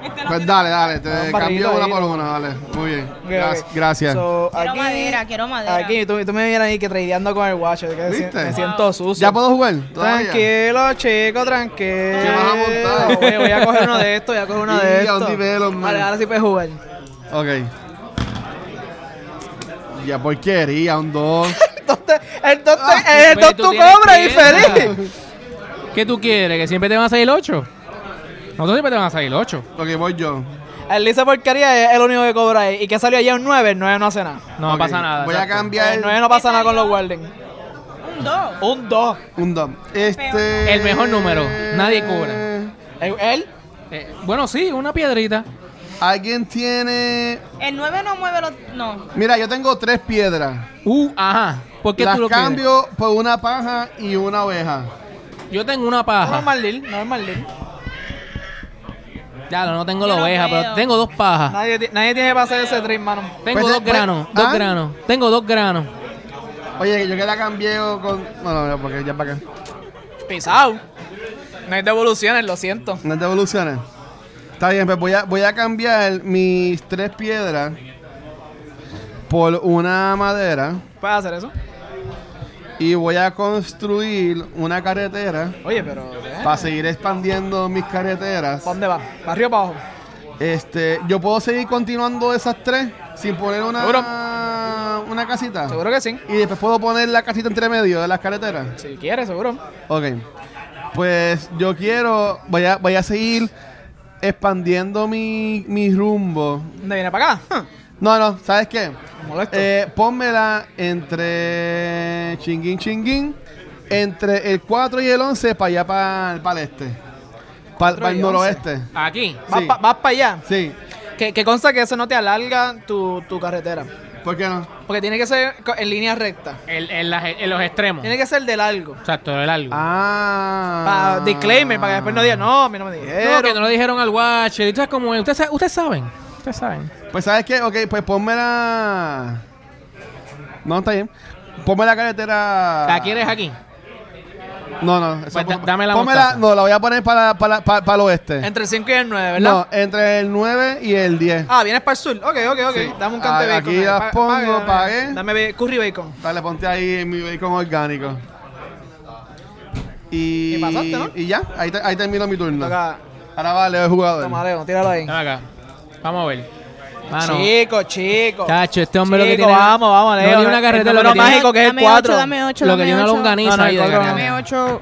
S1: Este no
S3: Pues
S1: tiene-
S3: dale, dale, te
S4: Un barrilito
S3: cambio una
S4: ahí,
S3: por
S4: ¿no?
S3: una, dale. Muy bien.
S4: Ok,
S3: Gra-
S4: ok.
S3: Gracias.
S4: So,
S1: Quiero madera, quiero madera.
S4: Aquí, tú, tú me vienes ahí que tradeando con el guacho. que si-
S3: ¿Viste?
S4: Me siento sucio.
S3: ¿Ya puedo jugar? ¿Todavía?
S4: Tranquilo, chico, tranquilo.
S3: ¿Qué vas a montar?
S4: Voy, voy a coger uno de estos, voy a coger uno de
S3: Y a un
S4: estos.
S3: nivel, hombre.
S4: Vale, ahora sí puedes jugar.
S3: Ok. Ya porquería, un 2.
S4: Entonces, entonces,
S3: Ah,
S2: Eh,
S4: eh,
S2: pero
S4: entonces
S2: pues, tú
S4: tú
S2: tienes
S4: cobras y
S2: piedra.
S4: feliz.
S2: ¿Qué tú quieres? ¿Que siempre te van a salir 8? Nosotros siempre te van a salir 8.
S3: ok, voy yo.
S4: El Lice Porquería es el único que cobra ahí. ¿Y que salió allá un 9? El 9 no hace nada.
S2: No
S3: Ok,
S2: pasa nada.
S3: Voy a
S2: exacto.
S4: El
S3: cambiar
S4: 9 no pasa nada con los Warden.
S1: Un dos.
S4: Un 2.
S3: un 2. Este.
S2: El mejor número. Nadie cobra.
S4: ¿El?
S2: Eh, bueno, sí, una piedrita.
S3: Alguien tiene.
S1: El 9 no mueve los. No.
S3: Mira, yo tengo tres piedras.
S2: Uh, ajá. ¿Por qué
S3: Las
S2: tú lo quieres?
S3: cambio por una paja y una oveja.
S2: Yo tengo una
S4: No
S2: paja.
S4: es Marlil, no es Marlil.
S2: Ya, no, no tengo
S1: Yo
S2: la
S1: no
S2: oveja,
S1: veo.
S2: pero tengo dos pajas.
S4: Nadie, ti- nadie tiene que pasar ese trip, mano.
S2: Tengo
S3: Pues,
S2: dos
S3: pues,
S2: granos,
S3: ¿ah?
S2: dos granos. Tengo dos granos.
S3: Oye, yo que la cambié con. Bueno, no, porque ya es para acá.
S4: Pisado. No hay devoluciones, lo siento.
S3: No te evoluciones. Está bien, pues voy a, voy a cambiar mis tres piedras por una madera
S4: ¿Puedes hacer eso?
S3: y voy a construir una carretera
S4: Oye, pero. ¿eh?
S3: para seguir expandiendo mis carreteras.
S4: ¿Para dónde va? ¿Para arriba o para abajo?
S3: Este, yo puedo seguir continuando esas tres sin poner
S4: Seguro.
S3: una, una casita.
S4: Seguro que sí.
S3: Y después puedo poner la casita entre medio de las carreteras.
S4: Si quieres, seguro.
S3: Ok. Pues yo quiero. Voy a, voy a seguir expandiendo mi, mi rumbo.
S4: ¿Dónde viene para acá? Huh,
S3: No, no, ¿sabes qué?
S4: Molesto.
S3: Eh, pónmela entre. Chinguín, chinguín. Entre el 4 y el 11 para allá, para, el este. Para,
S4: 4 y 11.
S3: el noroeste.
S2: Aquí.
S4: vas
S3: sí.
S4: para allá.
S3: Sí.
S4: Que, que consta que eso no te alarga tu, tu carretera.
S3: ¿Por qué no?
S4: Porque tiene que ser co- en línea recta.
S2: En, en las- en los extremos.
S4: Tiene que ser de largo.
S2: Exacto, el algo.
S3: Ah.
S4: Para disclaimer, para que después no digan, no, a mí no me dijeron.
S2: no, que no lo dijeron al Watcher. Ustedes como ustedes, sa- ustedes saben. Ustedes saben.
S3: Pues sabes qué, ok, pues pónmela. No, está bien. Ponme la carretera.
S2: Ah. ¿La quieres aquí?
S3: No, no. eso
S2: Pues da-
S3: pon-
S2: dame la
S3: pónmela-
S2: mostaza.
S3: No, la voy a poner para, para, para, para el oeste.
S4: Entre el 5 y el 9, ¿verdad?
S3: No, entre el 9 y el 10.
S4: Ah, vienes para el sur. Ok, ok, ok.
S3: Sí.
S4: Dame un cante
S3: Ah,
S4: de bacon.
S3: aquí
S4: eh.
S3: las
S4: Pa-
S3: pongo,
S4: dame-
S3: pagué.
S4: Dame be- curry bacon.
S3: Dale, ponte ahí mi bacon orgánico. Y,
S4: Y pasaste, ¿no?
S3: y ya, ahí, te- ahí termino mi turno.
S4: Acá,
S3: Ahora vale, el jugador.
S4: toma, Leo, tíralo ahí.
S2: Dame acá. Vamos a ver. Mano,
S4: Chico, chico.
S2: Chacho, este hombre lo que
S4: Chico,
S2: tiene.
S4: vamos, vamos,
S2: no
S4: Leo.
S2: tiene una
S4: El
S2: carretera,
S4: número
S2: lo que tiene-
S4: mágico que es el
S1: Dame ocho,
S4: 4.
S1: Dame 8,
S2: Lo
S1: dame
S2: que tiene una
S1: ocho.
S2: longaniza
S4: No, no,
S2: ahí de
S4: el colgado.
S1: Dame
S2: carretera.
S1: 8.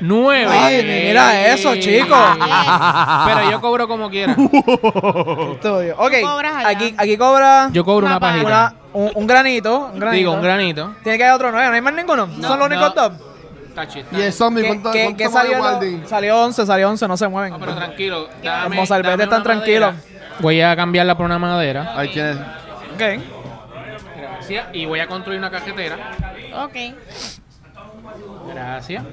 S2: Nueve.
S4: Ay, mira eso, chico. Ah.
S2: Pero yo cobro como quiera.
S4: Estudio. Ok,
S1: cobras allá.
S4: aquí, aquí cobra
S2: Yo cobro
S1: Una
S2: una pajita.
S4: una- un, un granito, un granito.
S2: Digo, un granito.
S4: Tiene que haber otro 9, no hay más ninguno. Son los
S2: no.
S4: únicos dos.
S2: Tachi, está
S3: Y el
S2: bien.
S3: zombie,
S4: ¿Qué-
S3: ¿cuánto,
S4: qué-
S3: cuánto
S4: qué
S3: vale
S4: salió,
S3: Walding?
S4: salió 11, salió 11, no se mueven.
S2: No, pero tranquilo. Dame,
S4: Los mozalbetes
S2: dame
S4: están
S2: una
S4: tranquilos.
S2: madera. Voy a cambiarla por una madera.
S3: Ay, ¿quién es?
S4: Ok.
S2: Gracias. Y voy a construir una cajetera.
S1: Ok.
S2: Gracias.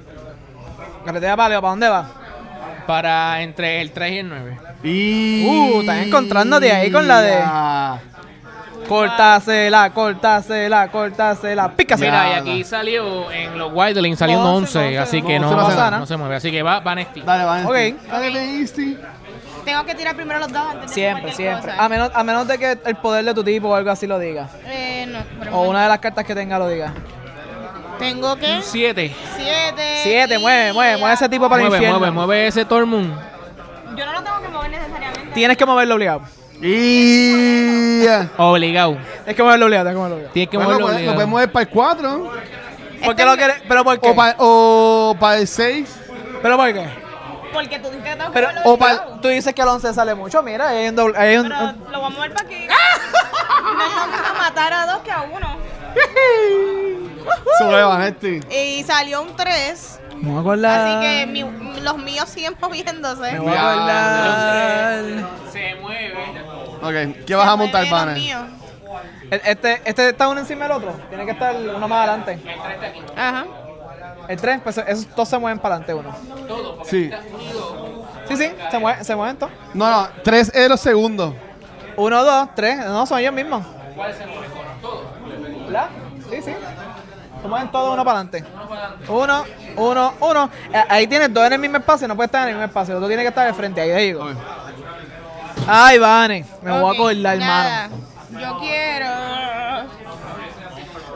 S4: Carretera Palio, ¿para dónde va?
S2: Para entre el 3 y el 9.
S3: Y...
S4: Uh, estás encontrándote ahí con la de-
S3: Ah.
S4: Cortásela, cortásela, cortásela, pícasela.
S2: Mira, y
S3: Ya,
S2: aquí
S3: no.
S2: salió en los Wildlings salió un
S4: 11,
S2: 11,
S4: 11,
S2: así
S4: no,
S2: que no,
S3: no se
S2: no
S3: pasa
S2: se
S4: nada.
S2: mueve. Así que va, va Nesti.
S3: Dale, vale.
S4: Ok.
S3: Dale, Isti.
S1: Tengo que tirar primero los dos antes de
S4: Siempre,
S1: hacer cualquier
S4: siempre. Ah,
S1: cosa.
S4: A menos, a menos de que el poder de tu tipo o algo así lo diga.
S1: Eh, no. por el
S4: O una
S1: momento.
S4: de las cartas que tenga lo diga.
S1: Tengo que.
S2: 7.
S1: 7.
S4: Siete, mueve, mueve, mueve ese tipo para el
S2: Mueve,
S4: infierno.
S2: mueve, mueve ese Tormund.
S1: Yo no lo tengo que mover necesariamente.
S4: Tienes que moverlo obligado.
S3: Y...
S2: Obligado.
S4: Tienes que moverlo obligado, tienes que moverlo obligado.
S2: Tienes que
S3: Bueno,
S2: moverlo
S3: pues, lo
S2: obligado.
S3: podemos ver para el 4
S4: ¿Por qué lo quieres? ¿Pero por qué?
S3: o para, o para el 6.
S4: ¿Pero por qué?
S1: Porque tú dijiste que tengo que
S4: Pero,
S1: moverlo
S4: o Ah.
S1: obligado.
S4: para, tú dices que el 11 sale mucho. Mira, hay un doble. Hay un,
S1: Pero lo voy a mover para aquí. No tengo que matar a dos que a uno.
S3: Sube, Vanetti.
S1: Y salió un 3.
S4: Me voy a acordar.
S1: Así que mi- los míos siguen moviéndose.
S4: Me voy a acordar.
S2: Se mueve.
S3: Ok, ¿qué vas a montar, Vanetti?
S4: El- Este, este está uno encima del otro. Tiene que estar uno más adelante.
S1: Ajá.
S4: El 3, pues esos todos se mueven para adelante uno.
S3: Sí.
S4: Sí, sí, se mueven, se mueven todos.
S3: No, no, 3 es los segundos.
S4: Uno, dos, tres. No, son ellos mismos. ¿Verdad? Sí, sí. Se mueven todos uno para adelante. Uno, uno, uno. Eh, Ahí tienes dos en el mismo espacio. No puede estar en el mismo espacio. El otro tiene que estar de frente. Ahí, ahí. digo. Ay, Vane. Me voy a
S1: Ok,
S4: acordar,
S1: nada.
S4: hermano.
S1: Yo quiero.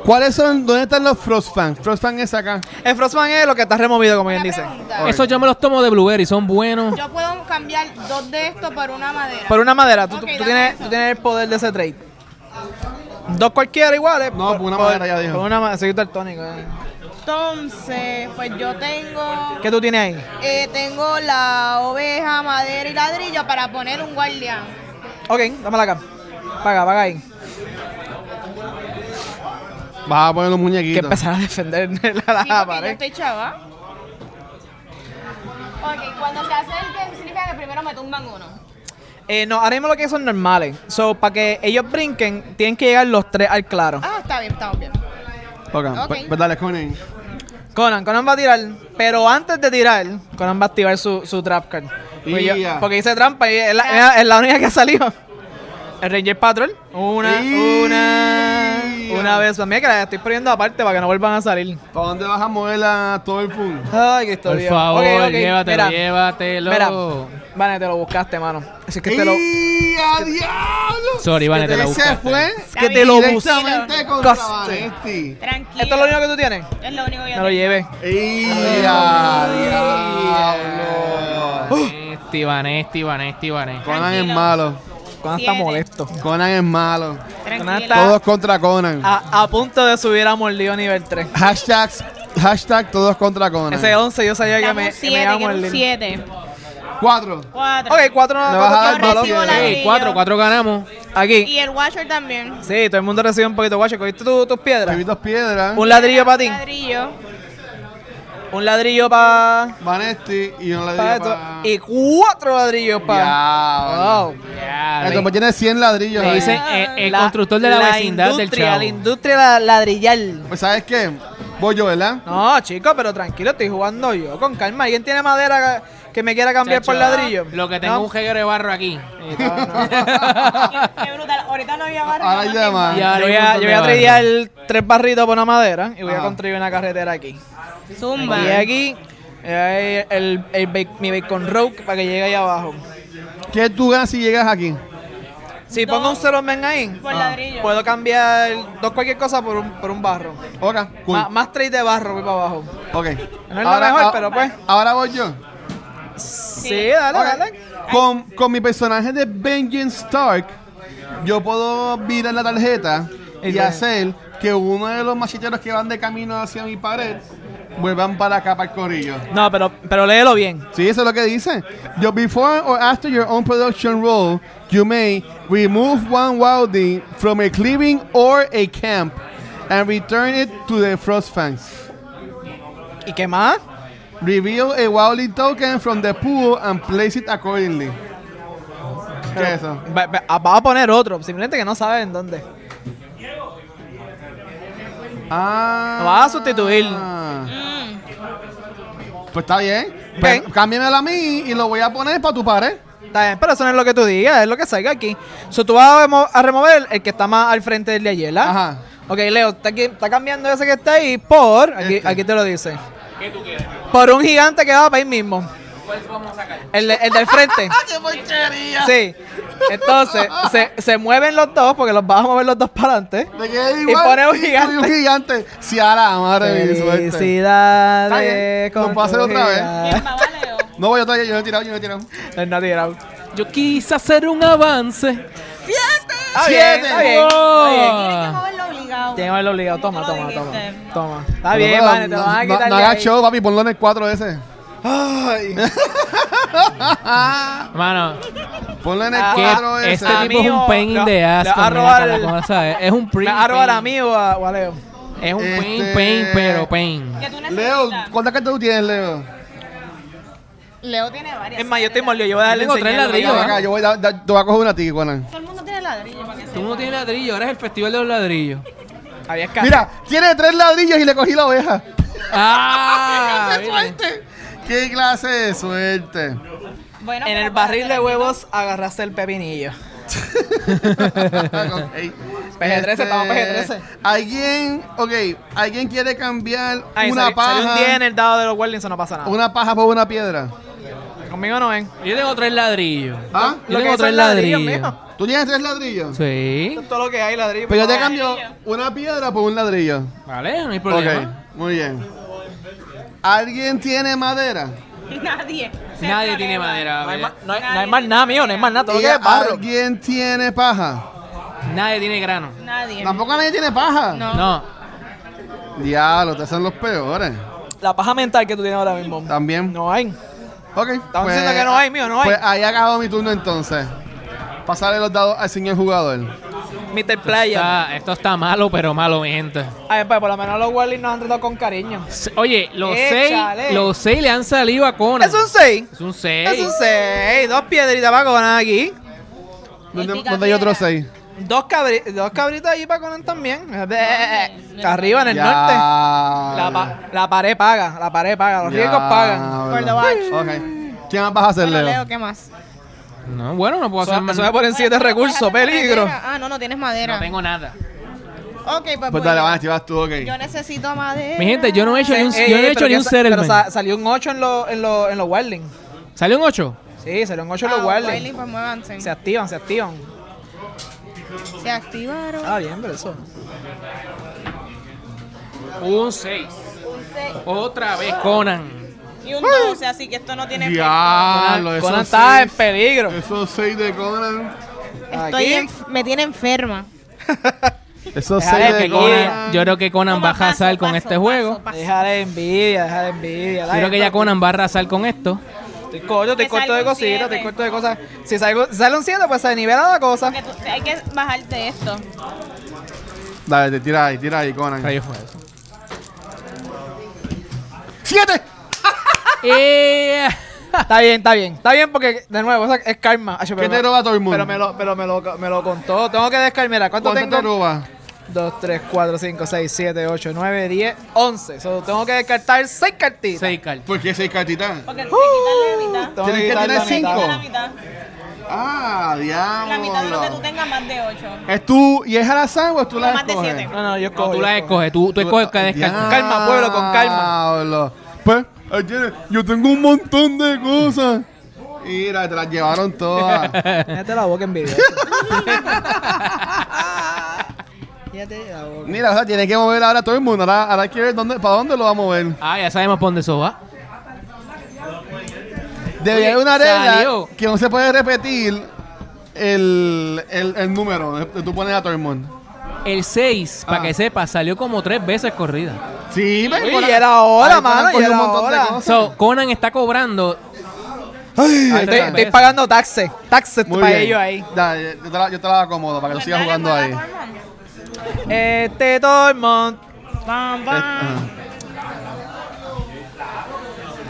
S3: ¿Cuáles son? ¿Dónde están los Frostfang? Frostfang es acá.
S4: El Frostman es lo que está removido, como bien
S1: Una
S4: dice.
S1: pregunta.
S2: Esos yo me los tomo de Blueberry, son buenos.
S1: Yo puedo cambiar dos de estos por una madera.
S4: Por una madera. Tú, tú-
S1: Ok,
S4: tú
S1: dame
S4: tienes,
S1: eso.
S4: tú tienes el poder de ese trade. Dos cualquiera iguales.
S3: No, por una madera, ya dijo.
S4: Por una madera. Soy daltónico, eh.
S1: Entonces, pues yo tengo.
S4: ¿Qué tú tienes ahí?
S1: eh, tengo la oveja, madera y ladrillo para poner un guardián.
S4: Ok, dámela acá. Paga, paga ahí.
S3: Vas a poner los
S4: que
S3: muñequitos.
S4: empezar a defender la,
S1: Sí,
S4: la
S1: porque yo
S4: pared.
S1: estoy chava. Ok, cuando se acerquen significa que primero me tumban uno.
S4: Eh, no, ahora mismo lo que son normales. So, para que ellos brinquen, tienen que llegar los tres al claro.
S1: Ah, está bien, estamos bien.
S3: Ok, pues- pues dale, Conan.
S4: Conan, Conan va a tirar, pero antes de tirar, Conan va a activar su, su trap card. Porque, yo-
S3: Ya.
S4: porque hice trampa y es la, es la- es la única que ha salido. El Ranger Patrol. Una, una,
S3: Ya.
S4: una vez. Mira que la estoy poniendo aparte para que no vuelvan a salir.
S3: ¿Para dónde vas a mover a todo el pool?
S4: Ay, Cristo
S2: Por
S4: Dios.
S2: favor,
S4: Ok, ok,
S2: llévatelo,
S4: mira,
S2: llévatelo.
S4: Mira, Vane, te lo buscaste, mano. Así que te lo...
S3: ¡Y a diablo!
S2: Sorry, Vane, te la
S3: Ese
S2: buscaste.
S3: fue
S1: que te
S4: lo
S3: directamente contra
S4: buscaste.
S3: Vanetti.
S1: Tranquilo.
S4: ¿Esto es lo único que tú tienes?
S1: Es lo único que yo
S4: Me lo
S1: tengo.
S4: llevé.
S3: ¡Y a diablo!
S2: Vanesti, Vanesti, Vanesti, Vanesti.
S3: Conan es
S1: Tranquilo.
S3: malo.
S4: Conan está
S1: Siete.
S4: molesto.
S3: Conan es malo.
S1: Tranquilo.
S4: Nata.
S3: Todos contra Conan.
S4: A, a punto de subir a Mordido nivel 3.
S3: Hashtags, hashtag todos contra Conan.
S4: Ese 11 yo sabía que
S1: Dame
S4: me,
S1: un
S4: que me iba
S1: siete, quiero
S4: a
S1: un
S4: morder.
S1: siete.
S3: Cuatro.
S1: Cuatro.
S4: Ok, 4
S3: Le vas a dar
S1: Yo
S3: balón.
S1: recibo
S3: Ey,
S1: ladrillo.
S2: Ey, cuatro, cuatro ganamos.
S4: Aquí.
S1: Y el Watcher también.
S4: Sí, todo el mundo recibe un poquito. Guacho, ¿cogiste tu- tus piedras?
S3: Bebitos piedras.
S4: Un ladrillo para ti.
S1: Ladrillo.
S4: Un ladrillo para...
S3: Vanetti y un
S4: Para
S3: ladrillo
S4: esto.
S3: para...
S4: Y cuatro ladrillos para...
S3: Diablo.
S4: Wow.
S3: Esto pues tiene 100 ladrillos
S2: Le
S3: ahí.
S2: dicen el, el constructor de la, vecindad del
S4: industria,
S2: chavo.
S4: La industria la- ladrillar.
S3: Pues ¿sabes qué? Voy yo, ¿verdad?
S4: No, chicos, pero tranquilo, estoy jugando yo con calma. ¿Alguien tiene madera que- que me quiera cambiar por
S2: Chacho, ah,
S4: ladrillo?
S2: Lo que tengo
S4: No.
S2: un jeguero de barro aquí.
S3: Ah,
S1: Qué brutal. Ahorita no había barrio.
S3: Ahora hay
S1: no tengo.
S3: demás.
S2: Ya.
S4: Yo
S2: Ahora
S4: voy
S2: hay un
S4: a,
S2: montón
S4: yo
S2: de
S4: voy a
S2: barro.
S4: trillar tres barritos por una madera y voy a
S3: Ah.
S4: construir una carretera aquí.
S1: Zumba.
S4: Y aquí eh, el, el ba- mi bacon roll para que llegue ahí abajo.
S3: ¿Qué tú ganas si llegas aquí?
S4: Si pongo un solo men ahí,
S1: Por ladrillo.
S4: puedo cambiar dos cualquier cosa por un, por un barro.
S3: Ok, cool.
S4: Má- más tres de barro voy para abajo.
S3: Ok.
S4: No es lo mejor, pero pues.
S3: Ahora voy yo.
S4: Sí, dale,
S3: Ok.
S4: dale.
S3: Con, con mi personaje de Benjamin Stark, yo puedo virar la tarjeta y
S4: Exacto.
S3: hacer que uno de los macheteros que van de camino hacia mi pared vuelvan para acá, para el corillo.
S4: No, pero, pero léelo bien.
S3: Sí, eso es lo que dice. Yo, before or after your own production role, you may remove one wilding from a clearing or a camp and return it to the Frostfangs.
S4: ¿Y qué más?
S3: Reveal a wilding token from the pool and place it accordingly. ¿Qué es eso?
S4: Va- va- ah, Vas a poner otro, simplemente que no sabes en dónde.
S3: Ah. Mm.
S4: Lo vas a sustituir.
S3: Pues está bien.
S4: Ven.
S3: Pero Cámbiamelo a mí y lo voy a poner para tu pared.
S4: Está bien, pero eso no es lo que tú digas, es lo que salga aquí. So, tú vas a, remo- a remover el que está más al frente del de ayer, ¿ah?
S3: Ajá.
S4: Ok, Leo, está, aquí- está cambiando ese que está ahí por. Aquí,
S3: Este.
S4: aquí te lo dice. Por un gigante que va para ahí mismo. El, de- el del frente.
S3: ¡Qué porquería!
S4: Sí. Entonces, se, se mueven los dos porque los vas a mover los dos para adelante.
S3: Te quedé
S4: Y
S3: igual.
S4: pone un
S3: Sí,
S4: gigante.
S3: Un gigante. Si ahora, madre mía, suerte.
S4: Felicidades.
S3: Está bien, lo
S4: con
S3: puedo hacer
S4: tu
S3: otra vez.
S1: ¿Quién
S4: gigante.
S1: va, Valeo?
S3: No voy a todavía, yo no he tirado, yo no he tirado.
S4: Él no ha tirado.
S2: Yo quise hacer un avance.
S4: Está bien,
S3: Siete.
S4: está bien, está bien.
S1: Tienes que moverlo obligado.
S4: Tiene que haberlo obligado. Toma,
S1: Tú lo
S4: toma, toma.
S1: dijiste.
S4: Toma. Está
S3: No,
S4: bien,
S3: pero
S4: vale, te
S3: no-
S4: lo van a
S3: no-
S4: quitar.
S3: No
S4: de
S3: hagas
S4: ahí.
S3: show, papi, ponlo en el 4 ese.
S2: Mano,
S3: Ponlo en el
S4: Ah,
S3: 4
S2: que
S3: ese.
S2: este
S4: A mí
S2: tipo es
S4: o-
S2: un pain
S4: le-
S2: in the ass.
S4: le va a
S2: con la
S4: robar
S2: cara,
S4: el-
S2: como sabes, Es un
S4: ¿Me
S2: pain.
S4: vas a robar a
S2: pain.
S4: mí o a, o a Leo?
S2: Es un pain,
S3: Este-
S2: pain, pero pain.
S1: Que tú necesitas.
S3: Leo, ¿cuántas cartas tú tienes, Leo?
S1: Leo tiene varias.
S4: Es más, yo estoy molido. Yo voy a darle
S2: Tengo tres
S4: enseñar lo que
S2: ladrillos
S4: yo-
S2: ¿no?
S3: Acá, yo voy a, dar- te voy a coger una a ti, Conan.
S1: Todo el mundo tiene ladrillo para que se
S2: Tú no tienes ladrillo, ahora es el festival de los ladrillos.
S4: Había escapado.
S3: Mira, tiene tres ladrillos y le cogí la oveja.
S2: ¡Ah!
S3: ¡Qué
S2: mira.
S3: suerte! ¡Qué clase de suerte!
S1: Bueno,
S4: En
S1: pero
S4: el barril de
S1: acuérdate,
S4: huevos agarraste el pepinillo.
S3: Ok.
S4: PG-13, estamos PG-13.
S3: Este, ¿Alguien, ok, ¿alguien quiere cambiar
S4: Ay,
S3: una
S4: salió-
S3: paja?
S4: salió un 10 en el dado de los Wellings, no pasa nada.
S3: Una paja por una piedra.
S4: Conmigo no ven.
S2: Yo tengo tres ladrillos. Yo
S3: ¿Ah?
S4: Lo que
S2: tengo
S4: son
S2: tres
S4: ladrillos,
S2: ladrillos.
S4: mijo.
S3: ¿Tú tienes tres ladrillos?
S2: Sí.
S4: Esto es todo lo que hay, ladrillo.
S3: Pero yo te
S4: papá.
S3: cambio una piedra por un ladrillo.
S2: Vale, no hay
S3: Ok,
S2: problema.
S3: muy bien. ¿Alguien tiene madera?
S1: Nadie. Se
S2: Nadie
S1: atreve.
S2: tiene madera.
S4: No hay,
S2: mira.
S4: ma- no hay- no hay más nada, mío, no hay más nada. Todo lo
S3: ¿Y
S4: que hay es barro.
S3: ¿Alguien tiene paja?
S2: Nadie tiene grano.
S1: Nadie.
S3: Tampoco nadie tiene paja.
S1: No.
S2: No.
S3: Diablo, ustedes son los peores.
S4: La paja mental que tú tienes ahora mismo.
S3: También.
S4: No hay.
S3: Ok.
S4: Estamos diciendo que no hay, mío, no hay.
S3: Pues ahí acabó mi turno entonces. Pasarle los dados al señor jugador.
S4: Pues Mr. Playa.
S2: Está- esto está malo, pero malo, mi gente.
S4: Ay, pues por lo menos los Wellings nos han tratado con cariño.
S2: Se- Oye, los
S4: Échale.
S2: seis, los seis le han salido a Conan.
S4: Es un 6.
S2: Es un seis.
S4: Es un 6. Dos piedritas para Conan aquí.
S3: ¿Dónde,
S1: pica
S3: dónde hay otros
S1: piedra.
S3: seis?
S4: Dos, cabri- dos cabritas ahí para Conan también.
S1: bien.
S4: Arriba en el
S3: Ya.
S4: norte. La, pa- la pared paga, la pared paga, los
S3: Ya,
S4: ricos pagan.
S3: bueno.
S1: Cordobach.
S3: Ok. ¿Quién más vas a hacer,
S1: Bueno,
S3: Leo?
S1: Leo, ¿qué más?
S2: No, bueno, no puedo hacer
S4: Eso,
S2: más.
S4: eso me ponen siete recursos, peligro.
S1: Ah, no, no tienes madera.
S2: No tengo nada.
S1: Ok, pues,
S3: Pues
S1: bueno,
S3: dale, Vanesti, vas tú, ok.
S1: Yo necesito madera. Ah,
S2: Mi gente, yo no he hecho ni un,
S4: Ey,
S2: yo no
S4: ey,
S2: he hecho
S4: pero
S2: ni
S4: que
S2: un
S4: sa- Pero
S2: settlement.
S4: sa- salió un 8 en los en lo, en los Wildling.
S2: ¿Salió un 8?
S4: Sí, salió un 8 en
S1: Ah,
S4: los Wildling.
S1: Wiley, pues muévanse.
S4: Se
S1: Se,
S4: activan, se activan.
S1: activaron.
S4: Ah, bien, pero eso.
S2: Un 6.
S1: Un seis
S2: Otra vez, Conan.
S1: y un 12, así que esto no tiene efecto.
S3: Diablo,
S4: Conan,
S3: esos
S4: Conan está en
S3: seis.
S4: peligro.
S3: Esos seis de Conan.
S1: Estoy
S4: Aquí.
S1: enf- me tiene enferma.
S3: Esos
S4: Déjale que
S3: seis
S4: quede.
S3: de Conan.
S2: Conan. Yo creo que Conan
S1: Toma,
S2: va a
S1: paso,
S2: arrasar con
S1: paso,
S2: este
S1: paso,
S2: juego.
S1: paso.
S4: Deja de envidia, deja de envidia.
S2: Yo creo que ya
S4: con
S2: Conan va a arrasar con esto.
S4: Estoy corto, estoy
S1: Que
S4: corto
S1: salga
S4: de
S1: un
S4: cositas,
S1: siete.
S4: estoy corto de cosas. Si salgo, si sale un 7, pues se nivela la cosa.
S1: Porque tú- hay que bajarte esto.
S3: Dale, te tira ahí, tira ahí, Conan.
S2: Rayo fue eso.
S3: ¡Siete!
S2: Eh,
S4: Está bien, está bien. Está bien porque, de nuevo, esa es karma. Acho, pero
S3: ¿Qué te
S4: me-
S3: roba todo el mundo?
S4: Pero me lo, pero me lo, me lo contó. Tengo que descargar. Mira, ¿cuánto,
S3: ¿Cuánto te
S4: tengo?
S3: roba?
S4: 2, 3, 4, 5, 6, 7, 8, 9, 10, 11. So, tengo que descartar 6 cartitas.
S2: seis cartas.
S3: ¿Por qué seis cartitas?
S1: Porque te quitan la mitad.
S4: Tengo
S3: Tienes que
S4: quitar
S3: tener
S4: la mitad.
S1: Te quitan
S3: cinco.
S1: la mitad.
S3: Ah, diablo.
S1: La mitad de lo que tú tengas más de 8.
S3: ¿Es tú y es al azar o es tú la
S1: Más de
S3: escoges?
S1: siete.
S4: No, no, yo escojo.
S2: No, tú
S4: yo
S2: las
S4: escojo.
S2: escoges. Tú, tú escoges cada
S3: Diablo.
S2: descarta.
S4: Calma, pueblo, con calma.
S3: Diablo. Pues, ayer yo tengo un montón de cosas. Mira, te las llevaron todas.
S4: Cállate la boca envidioso. Cállate la boca.
S3: Mira, o sea, tiene que mover ahora todo el mundo. Ahora, ahora hay que ver dónde, para dónde lo va a mover.
S2: Ah, ya sabemos por dónde eso va.
S3: Debería
S2: Oye,
S3: haber una regla
S2: salió.
S3: que no se puede repetir el, el, el número que tú pones a todo el mundo.
S2: El 6, para
S3: Ah.
S2: que sepas, salió como tres veces corrida.
S3: Sí, pero
S4: Uy, y era ahora, mano, y era ahora.
S2: So, Conan está cobrando.
S3: Ay, ahí
S4: Estoy,
S3: está.
S4: estoy pagando taxes. Taxes
S3: Muy
S4: para
S3: bien.
S4: ellos ahí.
S3: Da, yo, te la, yo te la acomodo
S1: Pues
S3: para que lo sigas jugando ahí.
S4: Este Dortmund.
S1: Pam,
S3: Este,
S1: pam.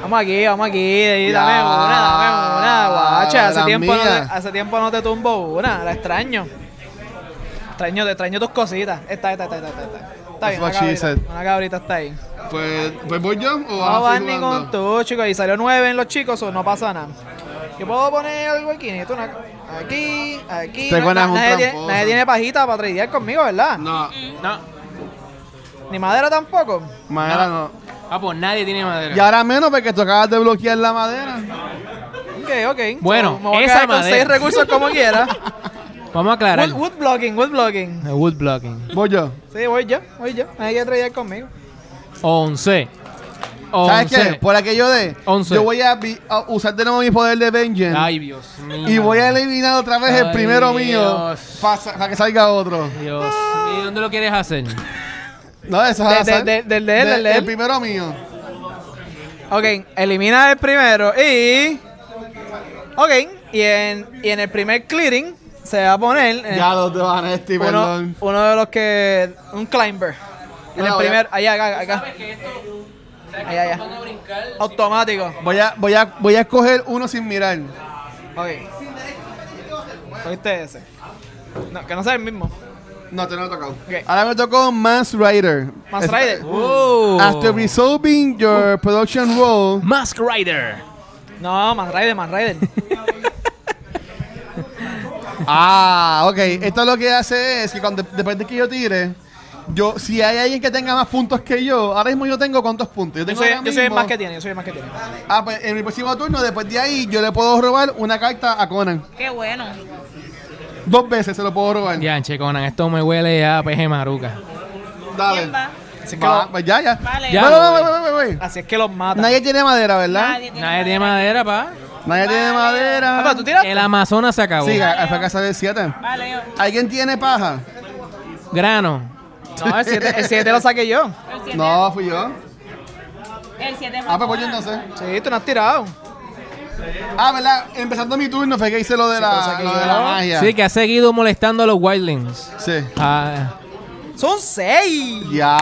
S4: Vamos aquí, vamos aquí. Dame
S3: Ya,
S4: una, dame una, guacha. Hace
S3: la
S4: tiempo, no
S3: mía.
S4: te, hace tiempo no te tumbo una. La extraño. Extraño, te extraño tus cositas. Esta, esta, esta, esta, esta. Está
S3: That's
S4: bien,
S3: what
S4: una
S3: she
S4: cabrita,
S3: said.
S4: una cabrita está ahí.
S3: Pues, pues voy yo o vas
S4: No
S3: a
S4: vas
S3: seguir
S4: ni con
S3: jugando?
S4: tú, chicos. Y salió nueve en los chicos, o no pasa nada. Yo puedo poner algo aquí. Necesito una... Aquí, aquí.
S3: Te
S4: No-
S3: ganas un
S4: nadie, tiene,
S3: tramposo.
S4: nadie tiene pajita para tradear conmigo, ¿verdad?
S3: No,
S2: No.
S4: Ni madera tampoco.
S3: madera no.
S2: Ah, pues nadie tiene madera.
S3: Y ahora menos porque tú acabas de bloquear la madera.
S4: Ok, ok.
S2: Bueno,
S4: me voy a
S2: esa
S4: quedar con
S2: madera.
S4: seis recursos como quiera.
S2: Vamos a aclarar.
S4: wood, wood blocking, wood blocking.
S2: Eh, Wood blocking.
S3: Voy yo.
S4: Sí, voy yo, voy yo. Nadie quiere tradear conmigo.
S2: 11.
S3: ¿Sabes qué? Pues,
S2: 11.
S3: Por aquello de.
S2: Once.
S3: Yo voy a, vi- a usar de nuevo mi poder de Vengeance.
S2: Ay, Dios mío.
S3: y voy a eliminar otra vez el
S2: Ay,
S3: primero mío.
S2: Dios.
S3: Para que salga otro.
S2: Dios mío, ¿dónde lo quieres hacer?
S3: No, eso
S4: De-
S3: es
S4: de-
S3: azar.
S4: de- del de él,
S3: De-
S4: del de él.
S3: El primero mío.
S4: Ok, elimina el primero y. Ok, y en, y en el primer clearing se va a poner. eh,
S3: Ya los de Vanesti,
S4: uno,
S3: perdón. Ah,
S4: uno de los que. Un climber. En
S3: Mira,
S4: el
S3: voy a-
S4: primer. Allá, acá, acá. Allá, allá. Automático.
S3: Voy a, voy, a, voy a escoger uno sin mirar.
S4: Ok. ¿Oíste ese? No, que no sea el mismo.
S3: No, te no lo he tocado.
S4: Ok.
S3: Ahora me tocó Mass Rider.
S4: Más
S3: Es-
S4: Rider.
S2: Oh.
S3: After resolving your production role,
S2: Mask Rider.
S4: No, más Rider, más Rider.
S3: Ah, ok. Esto lo que hace es que cuando, después de que yo tire, yo, si hay alguien que tenga más puntos que yo, ahora mismo yo tengo cuántos puntos. Yo
S4: Yo
S3: tengo
S4: soy,
S3: ahora
S4: yo soy el
S3: mismo-
S4: más que tiene, yo soy el más que tiene.
S3: Ah, pues en mi próximo turno, después de ahí, yo le puedo robar una carta a Conan.
S1: Qué bueno.
S3: Dos veces se lo puedo robar.
S2: Yanche, Conan, esto me huele a peje maruca.
S3: Dale.
S1: ¿Quién va?
S4: Así es que,
S3: Va,
S4: lo-
S3: pues ya, ya.
S1: Vale.
S2: Ya.
S3: Ve, ve, ve, ve, ve, ve, ve.
S4: así es que los mata.
S3: Nadie tiene madera, ¿verdad?
S1: Nadie tiene
S2: Nadie tiene
S1: madera.
S2: madera, pa.
S3: Nadie tiene madera.
S4: Ah, pero tú tiras.
S2: El Amazonas se acabó.
S3: Sí, a- fue casa del 7.
S1: Vale, yo.
S3: ¿Alguien tiene paja?
S2: Grano.
S4: No, el 7 el siete lo saqué yo.
S1: El 7
S3: No, fui yo.
S1: El 7
S3: Ah, pues voy yo entonces.
S4: Sí, tú no has tirado.
S3: Ah, ¿verdad? Empezando mi turno fue que hice lo de
S4: pero
S3: la,
S4: saqué
S3: lo de
S4: yo.
S3: la magia.
S2: pues, Sí, que ha seguido molestando a los Wildlings.
S3: Sí.
S2: Ah,
S4: Son 6.
S3: Ya,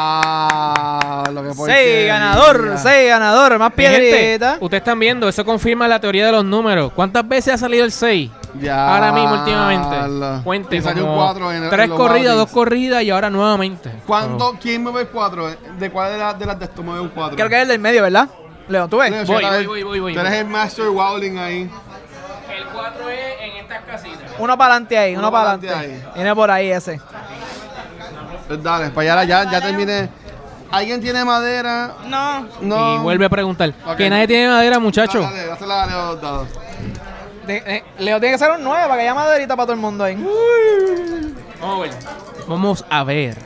S3: lo que puede
S4: 6 ganador, 6 ganador, más
S2: Mi gente,
S4: piedrita.
S2: Ustedes están viendo, eso confirma la teoría de los números. ¿Cuántas veces ha salido el 6?
S3: Ya
S2: ahora mismo
S3: lo-
S2: últimamente. Cuente
S3: Me Ah, salió
S2: como
S3: cuatro en el-
S2: tres
S3: en los
S2: corridas, dos
S3: outings.
S2: corridas y ahora nuevamente.
S3: ¿Cuánto? ¿Quién mueve el 4? ¿De cuál de, las de las de esto mueve un 4?
S4: Creo que es el del medio, ¿verdad? Leo, ¿tú ves?
S2: Voy, voy, voy, voy, voy.
S3: Tú eres el Master Wowling ahí.
S2: El 4 es en estas casitas.
S4: Uno para adelante ahí, uno,
S3: Uno
S4: para
S3: pa'lante
S4: adelante. Viene por ahí ese.
S3: Pues Dale, para allá, ya, ya terminé. ¿Alguien tiene madera?
S1: No.
S3: No.
S2: Y vuelve a preguntar.
S3: Ok.
S2: Que nadie tiene madera, muchacho.
S3: Dale, dale, dásela a Leo los dados.
S4: De- eh, Leo tiene que ser un 9 para que haya maderita para todo el mundo ahí.
S2: Vamos a ver. Vamos a ver.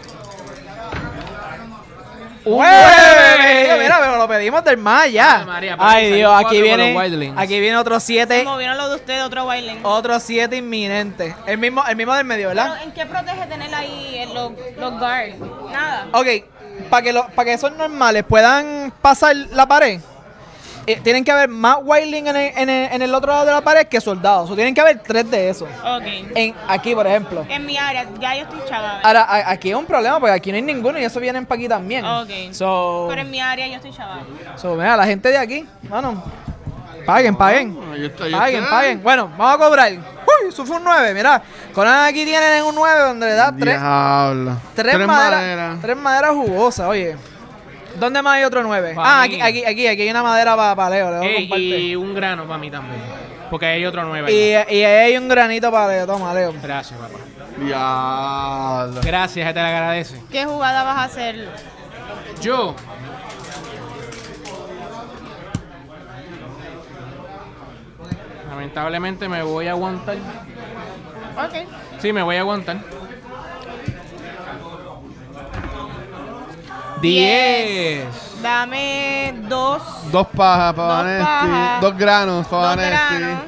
S4: ¡Uy! Mira, pero lo pedimos del más ya.
S2: Ay, María, pero
S4: Ay,
S2: salió
S4: Dios,
S2: cuatro
S4: aquí
S2: para
S4: viene,
S2: los Wildlings.
S4: aquí viene otro 7,
S1: Movieron lo de ustedes, otro baile.
S3: Oh,
S4: otro 7 inminente. El mismo, el mismo del medio,
S1: Pero,
S4: ¿verdad?
S1: ¿En qué protege tener ahí en los, los guards? Nada.
S4: Ok, para que, lo- pa' que esos normales puedan pasar la pared, eh, tienen que haber más wildling en el, en, el, en el otro lado de la pared que soldados. O sea, tienen que haber tres de esos.
S1: Ok.
S4: En, aquí, por ejemplo.
S1: En mi área, ya yo estoy chaval.
S4: Ahora, a- aquí es un problema porque aquí no hay ninguno y eso vienen para aquí también.
S1: Ah, Ok.
S4: So,
S1: Pero en mi área yo estoy chaval.
S4: so, mira, la gente de aquí, mano, paguen, paguen.
S3: Ahí está, ahí
S4: Paguen,
S3: está.
S4: paguen. Bueno, vamos a cobrar. Uy, eso fue un 9, mira. Conan aquí tiene un 9 donde le da 3,
S3: Diablo.
S4: maderas.
S3: maderas.
S4: Tres maderas jugosas, oye. ¿Dónde más hay otro 9?
S2: Pa'
S4: Ah,
S2: mí.
S4: aquí, aquí, aquí, aquí hay una madera para Leo. Leo
S2: Ey,
S4: comparte.
S2: y un grano para mí también. Porque hay otro nuevo.
S4: Y, y ahí hay un granito para Leo. Toma, Leo.
S2: Gracias, papá.
S3: Diablo.
S2: Gracias, te lo agradece.
S1: ¿Qué jugada vas a hacer?
S2: Yo. Lamentablemente me voy a aguantar.
S1: Ok.
S2: Sí, me voy a aguantar. 10.
S1: Diez. Dame dos.
S3: Dos pajas para
S1: Dos
S3: Vanesti.
S1: pajas.
S3: Dos granos para
S1: Dos
S3: Vanesti.
S1: granos,